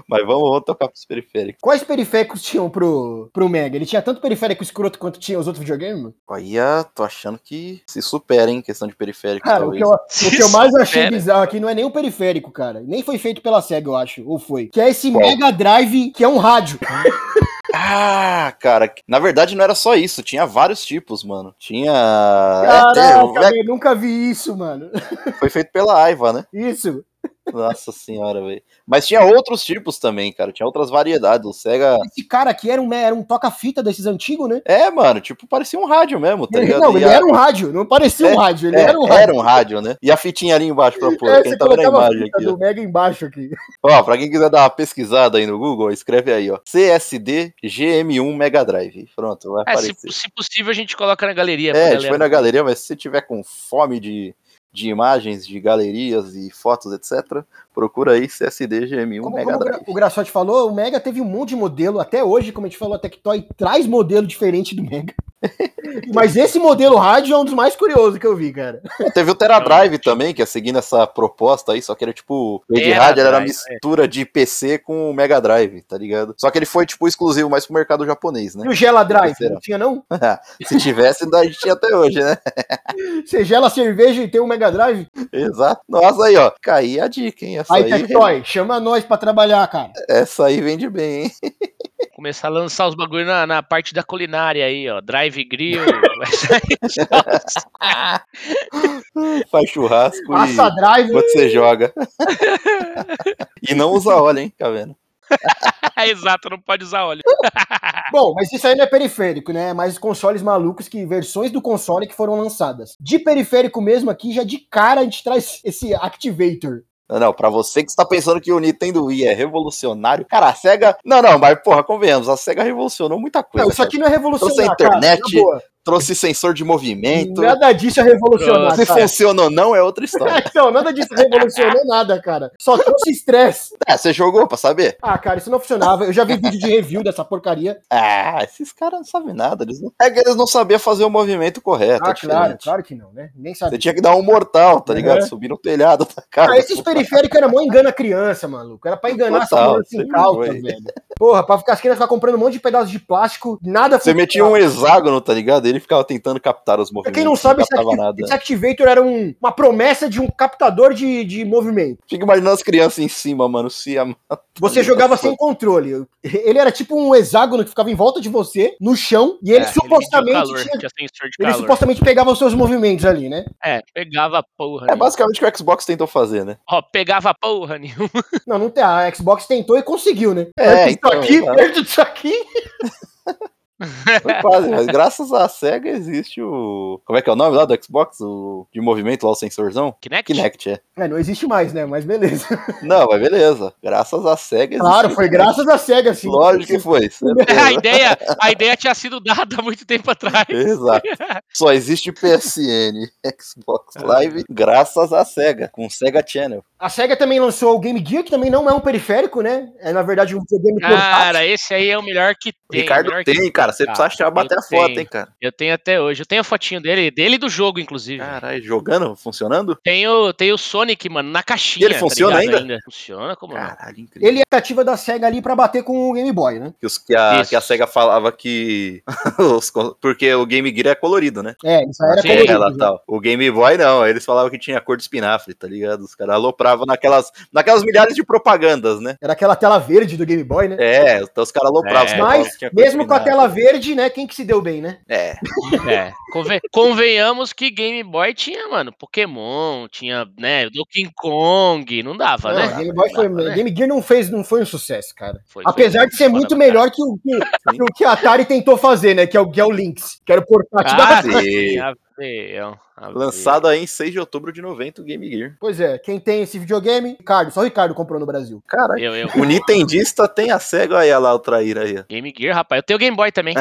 Speaker 1: Mas vamos, vamos tocar pros periféricos.
Speaker 2: Quais periféricos tinham pro, pro Mega? Ele tinha tanto periférico escroto quanto tinha os outros videogames? mano?
Speaker 1: Aí ah, tô achando que se supera, hein, questão de periféricos.
Speaker 2: Cara, o
Speaker 1: talvez.
Speaker 2: que, eu, o que eu mais achei
Speaker 3: Pera.
Speaker 2: bizarro aqui não é nem o periférico, cara. Nem foi feito pela SEGA, eu acho. Ou foi. Que é esse
Speaker 1: Qual?
Speaker 2: Mega Drive, que é um rádio.
Speaker 1: Ah, cara, na verdade não era só isso, tinha vários tipos, mano. Tinha. É,
Speaker 2: Caraca,
Speaker 1: o Mac
Speaker 2: velho, nunca vi isso, mano.
Speaker 1: foi feito pela Aiva, né?
Speaker 2: Isso.
Speaker 1: Nossa senhora, velho. Mas tinha outros tipos também, cara. Tinha outras variedades. O Sega.
Speaker 2: Esse cara aqui era um, era um toca-fita desses antigos, né?
Speaker 1: É, mano, tipo, parecia um rádio mesmo, tá
Speaker 2: Ele-
Speaker 1: ligado?
Speaker 2: não,
Speaker 1: E
Speaker 2: ele
Speaker 1: a-
Speaker 2: era um rádio, não parecia
Speaker 1: É,
Speaker 2: um rádio, ele
Speaker 1: é,
Speaker 2: era um rádio.
Speaker 1: né? E a fitinha ali embaixo pra pôr.
Speaker 2: É,
Speaker 1: quem
Speaker 2: você
Speaker 1: tá vendo a
Speaker 2: colocava a
Speaker 1: imagem
Speaker 2: fita
Speaker 1: aqui, ó.
Speaker 2: do Mega embaixo aqui.
Speaker 1: Ó, pra quem quiser dar uma pesquisada aí no Google, escreve aí, ó. CSD GM1 Mega Drive. Pronto, vai
Speaker 3: É, se,
Speaker 1: aparecer.
Speaker 3: se possível, a gente coloca na galeria. pra
Speaker 1: É, a
Speaker 2: tipo,
Speaker 1: gente foi
Speaker 3: galera.
Speaker 1: na galeria, mas se você tiver com fome de, de imagens, de galerias e fotos, etc., procura aí CSD GM1
Speaker 2: Como,
Speaker 1: Mega
Speaker 2: como é? o Gra-
Speaker 1: Drive.
Speaker 2: o Graçote falou, o Mega teve um monte de modelo. Até hoje, como a gente falou, a Tectoy traz modelo diferente do Mega. Mas esse modelo rádio é um dos mais curiosos que eu vi, cara.
Speaker 1: Teve o Teradrive também, que é seguindo essa proposta aí, só que era tipo. O de
Speaker 3: Tera
Speaker 1: rádio era a
Speaker 3: Drive,
Speaker 1: mistura de PC com o Mega Drive, tá ligado? Só que ele foi, tipo, exclusivo mais pro mercado japonês,
Speaker 2: E
Speaker 1: né?
Speaker 2: o Gela Drive?
Speaker 1: Terceira.
Speaker 2: Não tinha, não?
Speaker 1: Se tivesse, ainda a gente tinha até hoje, né?
Speaker 2: Você gela cerveja e tem um Mega Drive?
Speaker 1: Exato. Nossa, aí, ó. Caí a dica, hein? Essa
Speaker 2: Aí, tá
Speaker 1: aí,
Speaker 2: Tectoy, chama nós pra trabalhar, cara.
Speaker 1: essa aí vende bem, hein?
Speaker 2: é
Speaker 3: Começar a lançar os bagulho na, na parte da culinária aí, ó. Drive grill. vai sair só-
Speaker 1: Faz churrasco
Speaker 2: Passa
Speaker 1: e.
Speaker 2: Drive.
Speaker 1: Quando você joga. e não usa óleo, hein? Tá vendo?
Speaker 3: Exato, não pode usar óleo.
Speaker 2: Bom, mas isso aí não é periférico, né? É mais consoles malucos que versões do console que foram lançadas. De periférico mesmo aqui, já de cara a gente traz esse Activator.
Speaker 1: Não, não, pra você que está pensando que o Nintendo Wii é revolucionário, cara, a SEGA. Não, não, mas porra, convenhamos, a SEGA revolucionou muita coisa.
Speaker 2: Não, isso
Speaker 1: cara.
Speaker 2: aqui não é
Speaker 1: Trouxe a
Speaker 2: revolucionário.
Speaker 1: internet,
Speaker 2: cara, na boa.
Speaker 1: Trouxe sensor de movimento.
Speaker 2: Nada disso é revolucionário.
Speaker 1: Se
Speaker 2: cara.
Speaker 1: funciona ou não, é outra história.
Speaker 2: Não, nada disso revolucionou nada, cara. Só trouxe estresse.
Speaker 1: é, você jogou pra saber?
Speaker 2: Ah, cara, isso não funcionava. Eu já vi vídeo de review dessa porcaria.
Speaker 1: Ah, esses caras não sabem nada. Eles não... É que eles não sabiam fazer o movimento correto.
Speaker 2: Ah,
Speaker 1: é
Speaker 2: claro,
Speaker 1: diferente.
Speaker 2: claro que não, né? Nem
Speaker 1: Você
Speaker 2: sabia.
Speaker 1: tinha que dar um mortal, tá ligado?
Speaker 2: É.
Speaker 1: Subir no telhado tá da casa.
Speaker 2: Ah, esses periféricos era mó engana criança, maluco. Era pra enganar essa
Speaker 1: Total,
Speaker 2: criança em
Speaker 1: sempre
Speaker 2: cauta,
Speaker 1: foi.
Speaker 2: velho. Porra, pra ficar as crianças ficar comprando um monte de pedaços de plástico, nada
Speaker 1: Você metia um hexágono, tá ligado? Ele ficava tentando captar os
Speaker 2: é Pra
Speaker 1: movimentos.
Speaker 2: quem não sabe, esse,
Speaker 1: captava
Speaker 2: Activ-
Speaker 1: nada.
Speaker 2: esse Activator era um- uma promessa de um captador de, de movimento.
Speaker 1: Fica imaginando as crianças em cima, mano. Se am-
Speaker 2: Você jogava sem controle. Ele era tipo um hexágono que ficava em volta de você, no chão, e ele
Speaker 3: É,
Speaker 2: supostamente
Speaker 3: media o calor,
Speaker 2: tinha-
Speaker 3: tinha sensor de
Speaker 2: Ele
Speaker 3: calor.
Speaker 2: supostamente pegava os seus movimentos ali, né?
Speaker 3: É, pegava porra.
Speaker 1: É
Speaker 3: nenhuma.
Speaker 1: basicamente o que o Xbox tentou fazer, né?
Speaker 3: Ó, pegava porra né? nenhuma.
Speaker 2: Não, não tem. A Xbox tentou e conseguiu, né?
Speaker 1: É,
Speaker 2: Perto
Speaker 1: então,
Speaker 2: disso aqui,
Speaker 1: tá.
Speaker 2: perto disso aqui.
Speaker 1: Foi quase, mas graças à SEGA existe o. Como é que é o nome lá do Xbox? O de movimento lá, o sensorzão?
Speaker 3: Kinect?
Speaker 1: Kinect, é.
Speaker 2: É, não existe mais, né? Mas beleza.
Speaker 1: Não, mas beleza. Graças à SEGA existe.
Speaker 2: Claro,
Speaker 1: o
Speaker 2: foi
Speaker 1: Kinect.
Speaker 2: graças à SEGA, sim.
Speaker 1: Lógico que foi.
Speaker 3: A
Speaker 1: certeza.
Speaker 3: ideia, a ideia tinha sido dada há muito tempo atrás.
Speaker 1: Exato. Só existe PSN, Xbox Live, graças à SEGA, com SEGA Channel.
Speaker 2: A SEGA também lançou o Game Gear, que também não é um periférico, né? É, na verdade, um videogame portátil.
Speaker 3: Cara, esse aí é o melhor que tem.
Speaker 1: Ricardo
Speaker 3: o melhor que Ah,
Speaker 1: tem, cara. Você precisa achar, bater a
Speaker 3: eu
Speaker 1: foto,
Speaker 3: tenho.
Speaker 1: hein, cara.
Speaker 3: Eu tenho até hoje. Eu tenho a fotinho dele, dele e do jogo, inclusive.
Speaker 1: Caralho, jogando? Funcionando?
Speaker 3: Tenho, tenho o Sonic, mano, na caixinha. tá
Speaker 1: E ele funciona
Speaker 3: ligado?
Speaker 1: ainda?
Speaker 3: Funciona, como não?
Speaker 1: Caralho, incrível.
Speaker 2: Ele é a ativa da SEGA ali pra bater com o Game Boy, né?
Speaker 1: Que, os- que a,
Speaker 3: Isso.
Speaker 1: que a SEGA falava que. os co- porque o Game Gear é colorido, né?
Speaker 2: É, isso aí era
Speaker 3: Sim.
Speaker 2: colorido,
Speaker 1: Ela,
Speaker 2: né?
Speaker 1: tal. O Game Boy não, eles falavam que tinha cor de espinafre, tá ligado? Os caras alopravam naquelas, naquelas milhares de propagandas, né?
Speaker 2: Era aquela tela verde do Game Boy, né?
Speaker 1: É, então os caras alopravam. os
Speaker 3: É.
Speaker 1: caras falavam
Speaker 2: Mas,
Speaker 1: que tinha cor de
Speaker 2: mesmo com a
Speaker 1: espinafre.
Speaker 2: tela verde, né? Quem que se deu bem, né?
Speaker 1: É,
Speaker 3: É. Conven- convenhamos que Game Boy tinha, mano, Pokémon, tinha, né, Donkey Kong. Não dava,
Speaker 2: Não,
Speaker 3: né?
Speaker 2: Game Boy foi.
Speaker 3: Dava, né?
Speaker 2: Game Gear não fez, não foi um sucesso, cara.
Speaker 3: Foi- foi
Speaker 2: Apesar de ser
Speaker 3: foda
Speaker 2: muito
Speaker 3: pra caralho.
Speaker 2: melhor que o que, que o que a Atari tentou fazer, né? Que é o, que é o Lynx, que era o portátil da
Speaker 3: Ah,
Speaker 2: Atari.
Speaker 3: sim,
Speaker 1: Sim.
Speaker 3: avião, avião.
Speaker 1: Lançado aí em 6 de outubro de 90 o Game Gear.
Speaker 2: Pois é, quem tem esse videogame, Ricardo, só o Ricardo comprou no Brasil.
Speaker 1: Caralho.
Speaker 3: Eu, eu.
Speaker 1: O Nintendista tem a cega aí, olha lá o traíra aí. ó.
Speaker 3: Game Gear, rapaz. Eu tenho Game Boy também.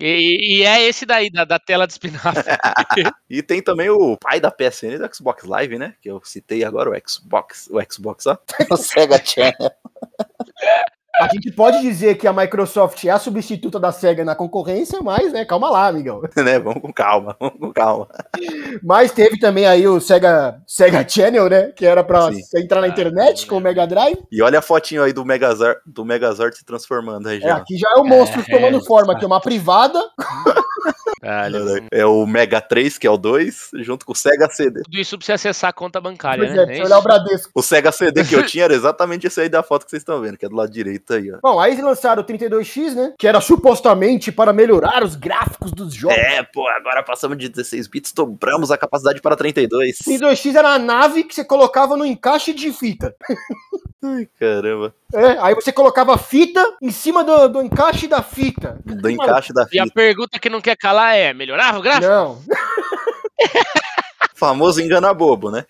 Speaker 3: E, e é esse daí, da, da tela de espinafre.
Speaker 1: e tem também o pai da PSN e do Xbox Live, né? Que eu citei agora, o Xbox. O Xbox, ó. o Sega Channel.
Speaker 2: A gente pode dizer que a Microsoft é a substituta da SEGA na concorrência, mas, né, calma lá, amigão.
Speaker 1: né? Vamos com calma, vamos com calma.
Speaker 2: Mas teve também aí o Sega, Sega Channel, né? Que era pra
Speaker 1: Sim.
Speaker 2: você entrar na
Speaker 3: Ah,
Speaker 2: internet com o Mega Drive.
Speaker 1: E olha a fotinho aí do Megazord, do Megazord se transformando aí
Speaker 2: É,
Speaker 1: já.
Speaker 2: aqui já é o monstro
Speaker 3: É,
Speaker 2: tomando
Speaker 3: é.
Speaker 2: forma, que é uma privada.
Speaker 3: Caralho, mano.
Speaker 1: É o Mega 3, que é o 2, junto com o Sega CD.
Speaker 3: Tudo isso pra você acessar a conta bancária,
Speaker 2: Pois é,
Speaker 3: né? É
Speaker 2: pra você
Speaker 3: isso?
Speaker 2: olhar o Bradesco.
Speaker 1: O Sega CD que eu tinha era exatamente esse aí da foto que vocês estão vendo, que é do lado direito aí, ó.
Speaker 2: Bom, aí eles lançaram o 32X, né? Que era supostamente para melhorar os gráficos dos jogos.
Speaker 1: É, pô, agora passamos de 16 bits, dobramos a capacidade para 32.
Speaker 2: 32X era a nave que você colocava no encaixe de fita.
Speaker 1: Ai, caramba.
Speaker 2: É, aí você colocava a fita em cima do, do encaixe da fita.
Speaker 3: Tá
Speaker 1: Do encaixe da
Speaker 3: E a
Speaker 1: fita.
Speaker 3: pergunta que não quer calar é: melhorava o
Speaker 1: Ah.
Speaker 3: gráfico?
Speaker 2: Não.
Speaker 1: Famoso engana bobo, né?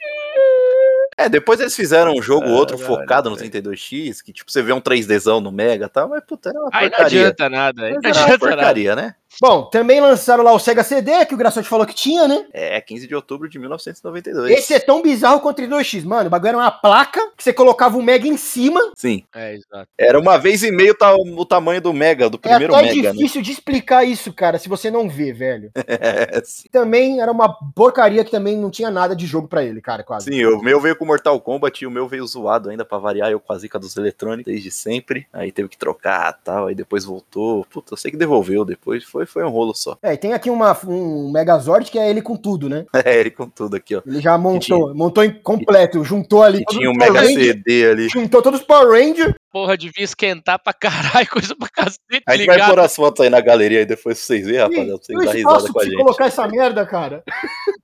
Speaker 1: É, depois eles fizeram um jogo ou outro
Speaker 3: Caralho,
Speaker 1: focado no
Speaker 3: velho.
Speaker 1: 32X, que tipo, você vê um 3Dzão no Mega e tal, mas puta, era uma
Speaker 3: Aí não
Speaker 1: porcaria.
Speaker 3: adianta nada. Aí
Speaker 1: Mas
Speaker 3: não
Speaker 1: era uma
Speaker 3: adianta nada.
Speaker 1: porcaria, né?
Speaker 2: Bom, também lançaram lá o Sega CD, que o Graçote falou que tinha, né?
Speaker 1: É, 15 de outubro de 1992.
Speaker 2: Esse é tão bizarro quanto o 32X. Mano, o bagulho era uma placa que você colocava o Mega em cima.
Speaker 1: Sim.
Speaker 3: É, exato.
Speaker 1: Era uma vez e meio ta- o tamanho do Mega, do primeiro
Speaker 2: é até
Speaker 1: Mega, né?
Speaker 2: difícil de explicar isso, cara, se você não vê, velho.
Speaker 1: É, sim.
Speaker 2: Também era uma porcaria que também não tinha nada de jogo pra ele, cara, quase.
Speaker 1: Sim, o meu veio com Mortal Kombat e o meu veio zoado ainda pra variar, eu com a zica dos eletrônicos desde sempre. Aí teve que trocar tal, aí depois voltou. Puta, eu sei que devolveu depois, foi, foi um rolo só.
Speaker 2: É, e tem aqui uma, um Megazord que é ele com tudo, né?
Speaker 1: É, ele com tudo aqui, ó.
Speaker 2: Ele já montou, montou em completo, juntou ali.
Speaker 1: E
Speaker 2: todos
Speaker 1: tinha o
Speaker 2: os
Speaker 1: Mega
Speaker 2: Power Rangers,
Speaker 1: CD ali.
Speaker 2: Juntou todos os Power Rangers.
Speaker 3: Porra, devia esquentar pra caralho, coisa pra cacete.
Speaker 1: A gente vai
Speaker 3: ligado?
Speaker 1: pôr as fotos aí na galeria e depois vocês verem,
Speaker 2: E,
Speaker 1: rapaziada, pra
Speaker 2: e
Speaker 1: vocês
Speaker 2: o
Speaker 1: darem risada
Speaker 2: um espaço
Speaker 1: com
Speaker 2: pra
Speaker 1: a
Speaker 2: se
Speaker 1: gente.
Speaker 2: colocar essa merda, cara.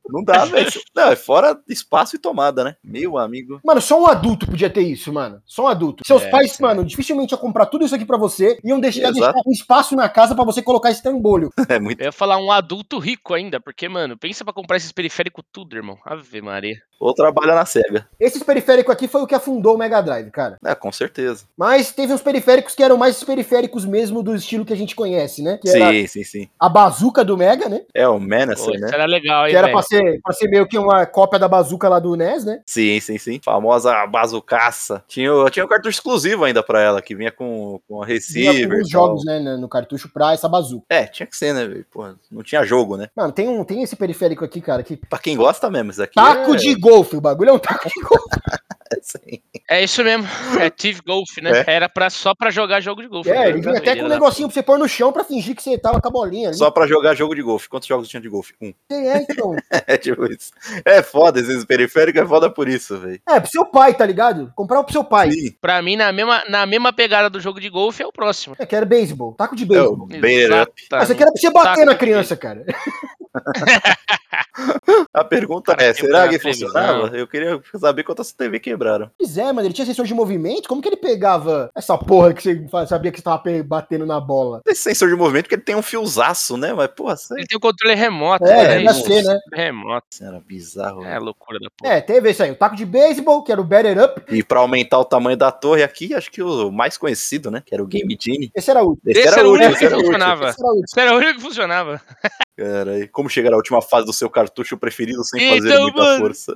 Speaker 1: Não dá, velho. Não, é fora espaço e tomada, né? Meu amigo.
Speaker 2: Mano, só um adulto podia ter isso, mano. Só um adulto. Seus
Speaker 3: É,
Speaker 2: pais,
Speaker 3: é.
Speaker 2: mano, dificilmente ia comprar tudo isso aqui pra você e iam deixar,
Speaker 1: Exato.
Speaker 2: deixar um espaço na casa pra você colocar esse trambolho.
Speaker 1: É muito.
Speaker 3: Eu ia falar um adulto rico ainda, porque, mano, pensa pra comprar esses periféricos tudo, irmão. Ave Maria.
Speaker 1: Ou trabalha na SEGA.
Speaker 2: Esses periféricos aqui foi o que afundou o Mega Drive, cara.
Speaker 1: É, com certeza.
Speaker 2: Mas teve uns periféricos que eram mais os periféricos mesmo do estilo que a gente conhece, né? Que era
Speaker 1: Sim, sim, sim.
Speaker 2: a bazuca do Mega, né?
Speaker 1: É o Menacer,
Speaker 3: Pô,
Speaker 1: né?
Speaker 3: Isso era legal, hein,
Speaker 2: Que era pra
Speaker 3: velho?
Speaker 2: ser, pra ser meio que uma cópia da bazuca lá do NES, né?
Speaker 1: Sim, sim, sim. Famosa bazucaça. Tinha, o- tinha um cartucho exclusivo ainda pra ela, que vinha com, com a
Speaker 2: Vinha com
Speaker 1: receiver. e
Speaker 2: os
Speaker 1: tal.
Speaker 2: jogos, né? No cartucho pra essa bazuca.
Speaker 1: É, tinha que ser, né, velho? Porra, Não tinha jogo, né?
Speaker 2: Mano, tem, um, tem esse periférico aqui, cara, que.
Speaker 1: Pra quem gosta mesmo, isso aqui.
Speaker 2: Taco
Speaker 1: é...
Speaker 2: de golfe, o bagulho é um taco de golfe.
Speaker 1: é, sim.
Speaker 3: É isso mesmo. É Tive Golf,
Speaker 1: É.
Speaker 3: né? Era pra, só pra jogar jogo de golfe.
Speaker 2: É,
Speaker 3: né?
Speaker 2: ele vinha até com
Speaker 3: Filha
Speaker 2: um
Speaker 3: da
Speaker 2: negocinho pra você pôr no chão pra fingir que você tava com a bolinha ali.
Speaker 1: Só pra jogar jogo de golfe. Quantos jogos tinha de golfe? Um.
Speaker 2: Tem, é, então.
Speaker 1: É tipo isso. É foda, esses periféricos é foda por isso, velho.
Speaker 2: É, pro seu pai, tá ligado? Comprar pro seu pai.
Speaker 1: Sim.
Speaker 3: Pra mim, na mesma, na mesma pegada do jogo de golfe, é o próximo.
Speaker 2: É, que era beisebol, taco de
Speaker 1: É
Speaker 2: beisebol.
Speaker 1: o beat it up.
Speaker 2: Mas isso aqui era pra Ah, você bater
Speaker 3: Taco
Speaker 2: na
Speaker 3: de
Speaker 2: criança, cara.
Speaker 1: A pergunta
Speaker 3: Cara,
Speaker 1: é,
Speaker 3: quebrou
Speaker 1: será
Speaker 3: a
Speaker 1: que
Speaker 3: televisão.
Speaker 1: funcionava? Eu queria saber quantas TV quebraram.
Speaker 2: Pois é, mano, ele tinha sensor de movimento, como que ele pegava essa porra que você fa- sabia que você tava pe- batendo na bola?
Speaker 1: Esse sensor de movimento que ele tem um fiozaço, né? Mas, porra, sei
Speaker 3: Ele tem o controle remoto.
Speaker 2: É,
Speaker 3: né?
Speaker 2: devia
Speaker 3: Isso,
Speaker 2: ser, né?
Speaker 3: Remoto.
Speaker 1: lá, era bizarro.
Speaker 3: É loucura da porra.
Speaker 2: É, teve isso aí, o taco de beisebol, que era o better up,
Speaker 1: velho. E pra aumentar o tamanho da torre aqui, acho que o mais conhecido, né? Que era o Game Genie.
Speaker 2: esse era o
Speaker 3: Esse era o
Speaker 1: último,
Speaker 3: único que
Speaker 1: o último.
Speaker 3: funcionava.
Speaker 2: esse era o
Speaker 3: Isso era é o único que funcionava.
Speaker 1: Cara, e como chegar à última fase do seu cartucho preferido sem fazer
Speaker 3: Então,
Speaker 1: muita
Speaker 3: mano.
Speaker 1: força?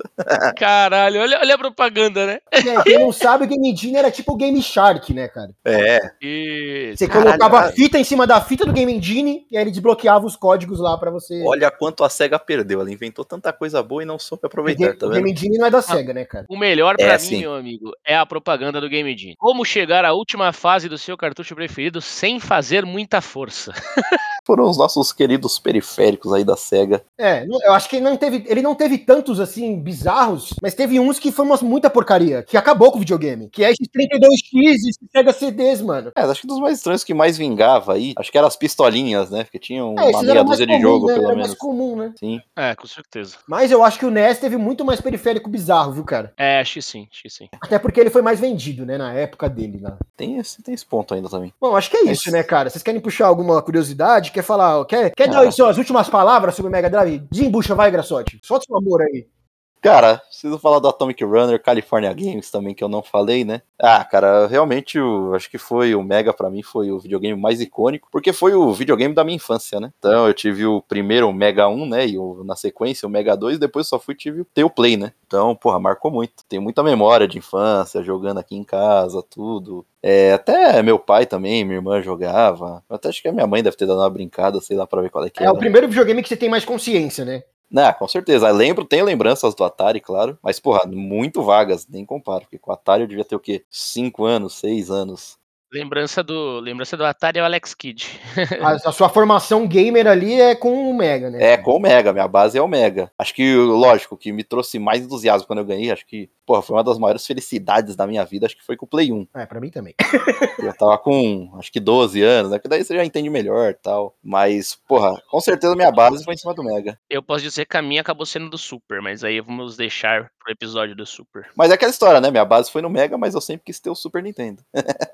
Speaker 3: Caralho, olha, olha a propaganda, né?
Speaker 2: É, quem não sabe, o Game Genie era tipo o Game Shark, né, cara?
Speaker 1: É,
Speaker 3: E...
Speaker 2: Você
Speaker 1: Caralho,
Speaker 2: colocava a
Speaker 1: cara.
Speaker 2: fita em cima da fita do Game Genie e aí ele desbloqueava os códigos lá pra você.
Speaker 1: olha quanto a SEGA perdeu. Ela inventou tanta coisa boa e não soube
Speaker 2: o
Speaker 1: aproveitar,
Speaker 2: Game,
Speaker 1: tá
Speaker 2: o
Speaker 1: vendo?
Speaker 2: Game Genie não é
Speaker 3: Ah.
Speaker 2: da SEGA, né, cara?
Speaker 3: O melhor
Speaker 1: É,
Speaker 3: pra mim,
Speaker 1: sim.
Speaker 3: meu amigo, é a propaganda do Game Genie. Como chegar à última fase do seu cartucho preferido sem fazer muita força.
Speaker 1: Foram os nossos queridos periféricos aí da SEGA.
Speaker 2: É, não- eu acho que ele não teve, ele não teve tantos assim bizarros, mas teve uns que foi uma muita porcaria, que acabou com o videogame, que é esses 32X, esses Sega CDs, mano.
Speaker 1: É, acho que dos mais estranhos que mais vingava aí, acho que eram as pistolinhas, né? Porque tinham
Speaker 2: É,
Speaker 1: uma
Speaker 2: esses
Speaker 1: meia
Speaker 2: eram mais
Speaker 1: dúzia de
Speaker 2: comuns,
Speaker 1: jogo,
Speaker 2: né?
Speaker 1: pelo
Speaker 2: Era
Speaker 1: menos.
Speaker 2: mais comum, né?
Speaker 1: Sim.
Speaker 3: É, com certeza.
Speaker 2: Mas eu acho que o NES teve muito mais periférico bizarro, viu, cara?
Speaker 3: É, acho que sim, acho que sim.
Speaker 2: Até porque ele foi mais vendido, né, na época dele, né?
Speaker 1: Tem esse, tem esse ponto ainda também.
Speaker 2: Bom, acho que é isso,
Speaker 1: isso.
Speaker 2: né, cara? Vocês querem puxar alguma curiosidade? Quer falar? Quer, quer dar
Speaker 1: Ah.
Speaker 2: aí suas últimas palavras sobre o Mega Drive? Desembucha, vai, Graçote. Solta seu amor aí.
Speaker 1: Cara, preciso falar do Atomic Runner, California Games também, que eu não falei, né? Ah, cara, realmente eu acho que foi o Mega pra mim, foi o videogame mais icônico, porque foi o videogame da minha infância, né? Então eu tive o primeiro o Mega 1, né? E o- na sequência o Mega 2, depois só fui tive o ter o Play, né? Então, porra, marcou muito. Tenho muita memória de infância, jogando aqui em casa, tudo. É, até meu pai também, minha irmã jogava. Até acho que a minha mãe deve ter dado uma brincada, sei lá, pra ver qual é que
Speaker 2: É,
Speaker 1: era.
Speaker 2: o primeiro videogame que você tem mais consciência, né?
Speaker 1: Né, com certeza. Eu lembro, tenho lembranças do Atari, claro. Mas, porra, muito vagas, nem comparo. Porque com o Atari eu devia ter o quê? 5 anos, 6 anos.
Speaker 3: Lembrança do, lembrança do Atari é o Alex Kidd.
Speaker 2: A, a sua formação gamer ali é com o Mega, né?
Speaker 1: É, com o Mega, minha base é o Mega. Acho que, lógico, que me trouxe mais entusiasmo quando eu ganhei. Acho que, porra, foi uma das maiores felicidades da minha vida. Acho que foi com o Play 1.
Speaker 2: É, pra mim também.
Speaker 1: Eu tava com, acho que 12 anos, né? Que daí você já entende melhor e tal. Mas, porra, com certeza minha base foi em cima do Mega.
Speaker 3: Eu posso dizer que a minha acabou sendo do Super, mas aí vamos deixar pro episódio do Super.
Speaker 1: Mas é aquela história, né? Minha base foi no Mega, mas eu sempre quis ter o Super Nintendo.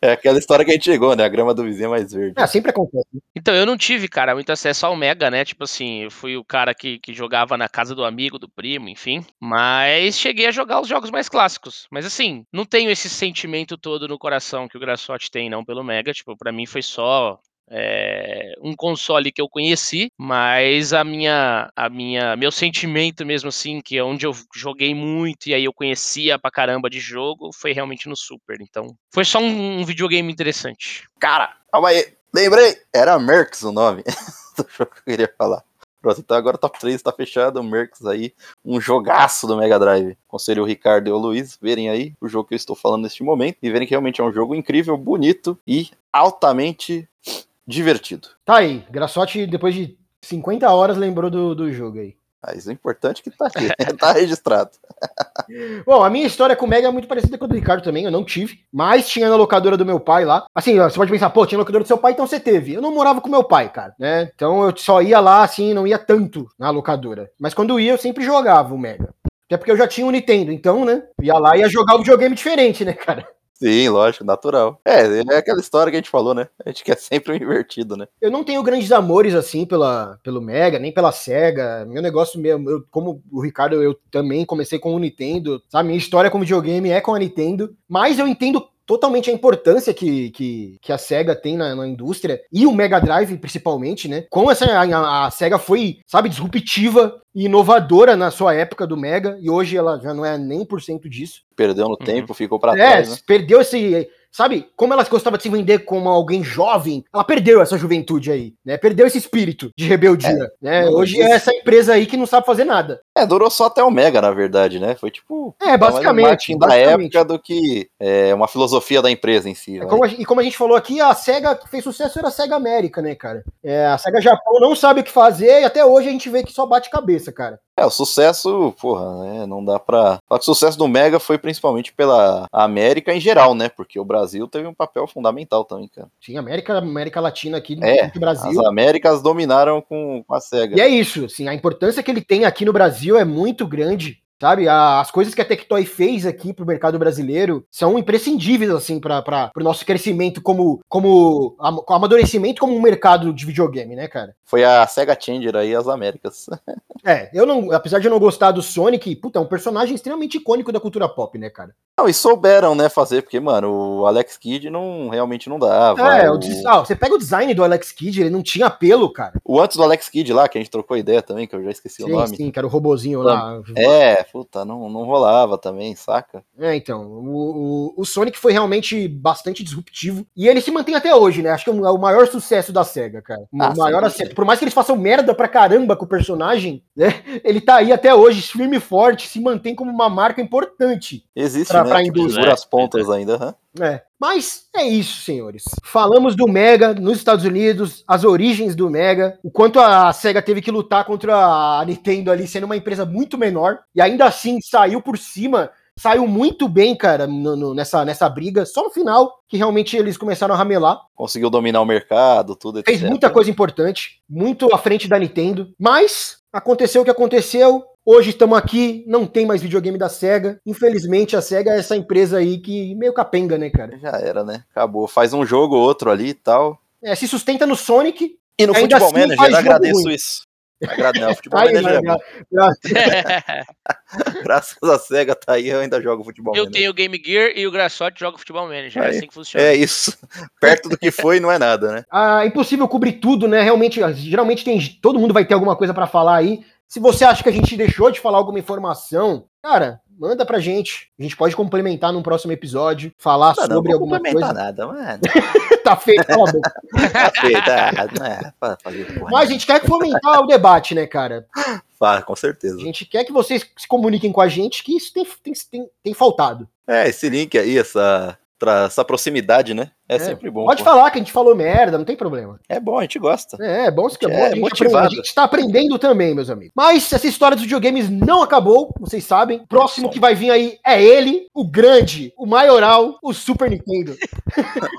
Speaker 1: é aquela história que a gente chegou, né? A grama do vizinho é mais verde.
Speaker 2: Ah, sempre acontece.
Speaker 3: Então, eu não tive, cara, muito acesso ao Mega, né? Tipo assim, eu fui o cara que, que jogava na casa do amigo, do primo, enfim. Mas cheguei a jogar os jogos mais clássicos. Mas assim, não tenho esse sentimento todo no coração que o Graçote tem, não, pelo Mega. Tipo, pra mim foi só. é, um console que eu conheci, mas a minha, a minha, meu sentimento mesmo assim, que é onde eu joguei muito e aí eu conhecia pra caramba de jogo, foi realmente no Super. Então, foi só um- um videogame interessante.
Speaker 1: Cara, calma aí. Lembrei. Era Mercs o nome do jogo que eu queria falar. Pronto, então agora o top 3 tá fechado. o Mercs aí, um jogaço do Mega Drive. Conselho o Ricardo e o Luiz verem aí o jogo que eu estou falando neste momento e verem que realmente é um jogo incrível, bonito e altamente divertido.
Speaker 2: Tá aí, Graçote, depois de 50 horas, lembrou do, do jogo aí.
Speaker 1: Mas o importante é que tá aqui, né? tá registrado.
Speaker 2: Bom, a minha história com Mega é muito parecida com a do Ricardo também, eu não tive, mas tinha na locadora do meu pai lá. Assim, ó, você pode pensar, pô, tinha locadora do seu pai, então você teve. Eu não morava com meu pai, cara, né? Então eu só ia lá, assim, não ia tanto na locadora. Mas quando ia, eu sempre jogava o Mega. Até porque eu já tinha o Nintendo, então, né? Ia lá e ia jogar um videogame diferente, né, cara?
Speaker 1: Sim, lógico, natural. É, é aquela história que a gente falou, né? A gente quer sempre um invertido, né?
Speaker 2: Eu não tenho grandes amores assim pela, pelo Mega, nem pela Sega. Meu negócio mesmo, eu, como o Ricardo, eu também comecei com o Nintendo. Sabe, minha história com videogame é com a Nintendo, mas eu entendo totalmente a importância que, que, que a SEGA tem na, na indústria, e o Mega Drive principalmente, né? Como essa, a, a SEGA foi, sabe, disruptiva e inovadora na sua época do Mega, e hoje ela já não é nem 1% disso.
Speaker 1: Perdeu no tempo, ficou pra
Speaker 2: É,
Speaker 1: trás, né?
Speaker 2: perdeu esse. Sabe, como ela gostava de se vender como alguém jovem, ela perdeu essa juventude aí, né? Perdeu esse espírito de rebeldia, né?
Speaker 1: não,
Speaker 2: Hoje
Speaker 1: isso-
Speaker 2: é essa empresa aí que não sabe fazer nada.
Speaker 1: É, durou só até o Mega, na verdade, né? Foi tipo.
Speaker 2: É,
Speaker 1: mais um
Speaker 2: basicamente,
Speaker 1: marketing da
Speaker 2: basicamente.
Speaker 1: época do que é, uma filosofia da empresa em si.
Speaker 2: É
Speaker 1: né?
Speaker 2: como a gen- e como a gente falou aqui, a SEGA que fez sucesso era a SEGA América, né, cara? É, a SEGA Japão não sabe o que fazer e até hoje a gente vê que só bate cabeça, cara.
Speaker 1: É, o sucesso, porra, né? Não dá pra. Só que o sucesso do Mega foi principalmente pela América em geral, né? Porque o Brasil teve um papel fundamental também, cara.
Speaker 2: Sim, América, América Latina aqui no
Speaker 1: É, As
Speaker 2: Brasil.
Speaker 1: Américas dominaram com, com a SEGA.
Speaker 2: E é isso, assim, a importância que ele tem aqui no Brasil é muito grande, sabe? A- as coisas que a Tectoy fez aqui pro mercado brasileiro são imprescindíveis, assim, para pro nosso crescimento como, como am- amadurecimento como um mercado de videogame, né, cara?
Speaker 1: Foi a SEGA Changer aí, as Américas.
Speaker 2: É, eu não, apesar de eu não gostar do Sonic, puta, é um personagem extremamente icônico da cultura pop, né, cara?
Speaker 1: Não, e souberam, né, fazer, porque, mano, o Alex Kidd não, realmente não dava.
Speaker 2: É,
Speaker 1: o,
Speaker 2: o des- ah, você pega o design do Alex Kidd, ele não tinha apelo, cara.
Speaker 1: o antes do Alex Kidd lá, que a gente trocou ideia também, que eu já esqueci o
Speaker 2: Sim,
Speaker 1: nome.
Speaker 2: sim, que era o robozinho lá.
Speaker 1: É, puta, não, não rolava também, saca?
Speaker 2: É, então, o, o, o Sonic foi realmente bastante disruptivo. E ele se mantém até hoje, né? Acho que é o maior sucesso da SEGA, cara. O
Speaker 1: Ah,
Speaker 2: maior
Speaker 1: sim,
Speaker 2: acerto. Por mais que eles façam merda pra caramba com o personagem, né? Ele tá aí até hoje, firme e forte, se mantém como uma marca importante.
Speaker 1: Existe,
Speaker 2: Pra-
Speaker 1: né?
Speaker 2: pra
Speaker 1: que
Speaker 2: indústria.
Speaker 1: segura as pontas ainda, aham.
Speaker 2: É. Mas é isso, senhores. Falamos do Mega nos Estados Unidos, as origens do Mega, o quanto a SEGA teve que lutar contra a Nintendo ali, sendo uma empresa muito menor, e ainda assim saiu por cima. Saiu muito bem, cara, no- no- nessa, nessa briga. Só no final que realmente eles começaram a ramelar.
Speaker 1: Conseguiu dominar o mercado, tudo, etc.
Speaker 2: Fez muita coisa importante, muito à frente da Nintendo. Mas aconteceu o que aconteceu. Hoje estamos aqui, não tem mais videogame da SEGA. Infelizmente, a SEGA é essa empresa aí que meio capenga, né, cara?
Speaker 1: Já era, né? Acabou. Faz um jogo ou outro ali e tal.
Speaker 2: É, se sustenta no Sonic.
Speaker 1: E no
Speaker 2: Ainda
Speaker 1: Futebol
Speaker 2: assim, faz
Speaker 1: Manager,
Speaker 2: jogo
Speaker 1: agradeço
Speaker 2: ruim.
Speaker 1: isso. Agrade... Não, futebol
Speaker 2: Aí,
Speaker 1: Manager,
Speaker 2: né,
Speaker 1: é bom. graças à SEGA, tá aí, eu ainda jogo Futebol
Speaker 3: Eu
Speaker 1: Manager.
Speaker 3: tenho o Game Gear e o Graçote joga Futebol Manager. É
Speaker 1: Aí.
Speaker 3: assim que funciona.
Speaker 1: É isso. Perto do que foi, não é nada, né?
Speaker 2: ah, é impossível cobrir tudo, né? Realmente, geralmente tem, todo mundo vai ter alguma coisa pra falar aí. Se você acha que a gente deixou de falar alguma informação, cara, manda pra gente. A gente pode complementar num próximo episódio, falar
Speaker 1: Não, não
Speaker 2: Tá sobre
Speaker 1: vou
Speaker 2: alguma
Speaker 1: complementar né?
Speaker 2: coisa.
Speaker 1: nada, é mano.
Speaker 2: tá feio, cala a boca.
Speaker 1: Aceita. Não é pra fazer porra
Speaker 2: Mas a gente quer fomentar o debate, né, cara?
Speaker 1: Fala, com
Speaker 2: A
Speaker 1: certeza.
Speaker 2: gente quer que vocês se comuniquem com a gente, que isso tem, tem, tem, tem faltado.
Speaker 1: É, esse link aí, essa, tra- essa proximidade, né? É,
Speaker 2: É,
Speaker 1: sempre bom.
Speaker 2: Pode
Speaker 1: pô.
Speaker 2: falar que a gente falou merda, não tem problema.
Speaker 1: É bom, a gente gosta.
Speaker 2: É, é bom isso que é,
Speaker 1: É,
Speaker 2: bom. A gente, aprende,
Speaker 1: motivado.
Speaker 2: a gente tá aprendendo também, meus amigos. Mas essa história dos videogames não acabou, vocês sabem. Próximo que vai vir aí é ele, o grande, o maioral, o Super Nintendo.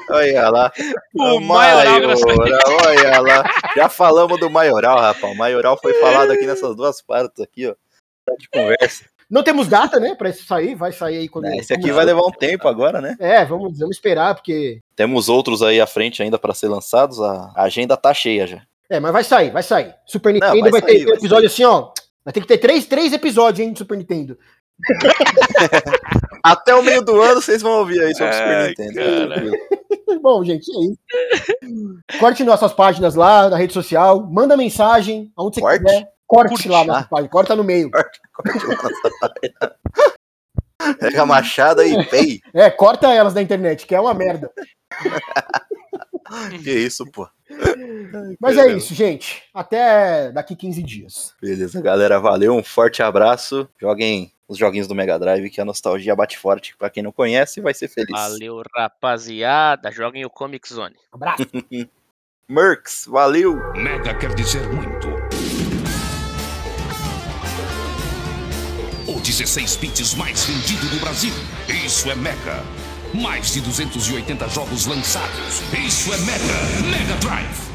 Speaker 1: Olha lá.
Speaker 3: O maioral, Graçote.
Speaker 1: olha lá. Já falamos do maioral, rapaz. O maioral foi falado aqui nessas duas partes aqui, ó. Tá de conversa.
Speaker 2: Não temos data, né, pra isso sair, vai sair aí quando...
Speaker 1: Né, Esse aqui
Speaker 2: vamos-
Speaker 1: vai levar um tempo agora, né?
Speaker 2: É, vamos, vamos esperar, porque...
Speaker 1: Temos outros aí à frente ainda pra ser lançados. A a agenda tá cheia já.
Speaker 2: É, mas vai sair, vai sair. Super
Speaker 1: Não,
Speaker 2: Nintendo
Speaker 1: vai
Speaker 2: vai,
Speaker 1: sair,
Speaker 2: ter
Speaker 1: vai
Speaker 2: episódio assim, ó... Vai ter que ter três, três episódios, hein, de Super Nintendo.
Speaker 1: Até o meio do ano vocês vão ouvir aí sobre o Super
Speaker 3: Ai,
Speaker 1: Nintendo.
Speaker 3: cara.
Speaker 1: Tranquilo.
Speaker 2: Bom, gente, é isso. Corte nossas páginas lá na rede social, manda mensagem, aonde você
Speaker 1: Corte?
Speaker 2: quiser. Corte,
Speaker 1: Curte.
Speaker 2: lá nossa
Speaker 1: Ah.
Speaker 2: página, corta no meio.
Speaker 1: Corte lá essa página. Pega a machada e vem.
Speaker 2: É, corta elas da internet, que é uma merda.
Speaker 1: Que isso, pô.
Speaker 2: Mas é isso, gente. Até daqui 15 dias.
Speaker 1: Beleza, galera. Valeu, um forte abraço. Joguem os joguinhos do Mega Drive, que a nostalgia bate forte. Pra quem não conhece, vai ser feliz.
Speaker 3: Valeu, rapaziada. Joguem o Comic Zone.
Speaker 2: Abraço.
Speaker 1: Mercs, valeu!
Speaker 4: Mega quer dizer muito. 16 bits mais vendido do Brasil. Isso é Mega. Mais de 280 jogos lançados. Isso é Mega. Mega Drive.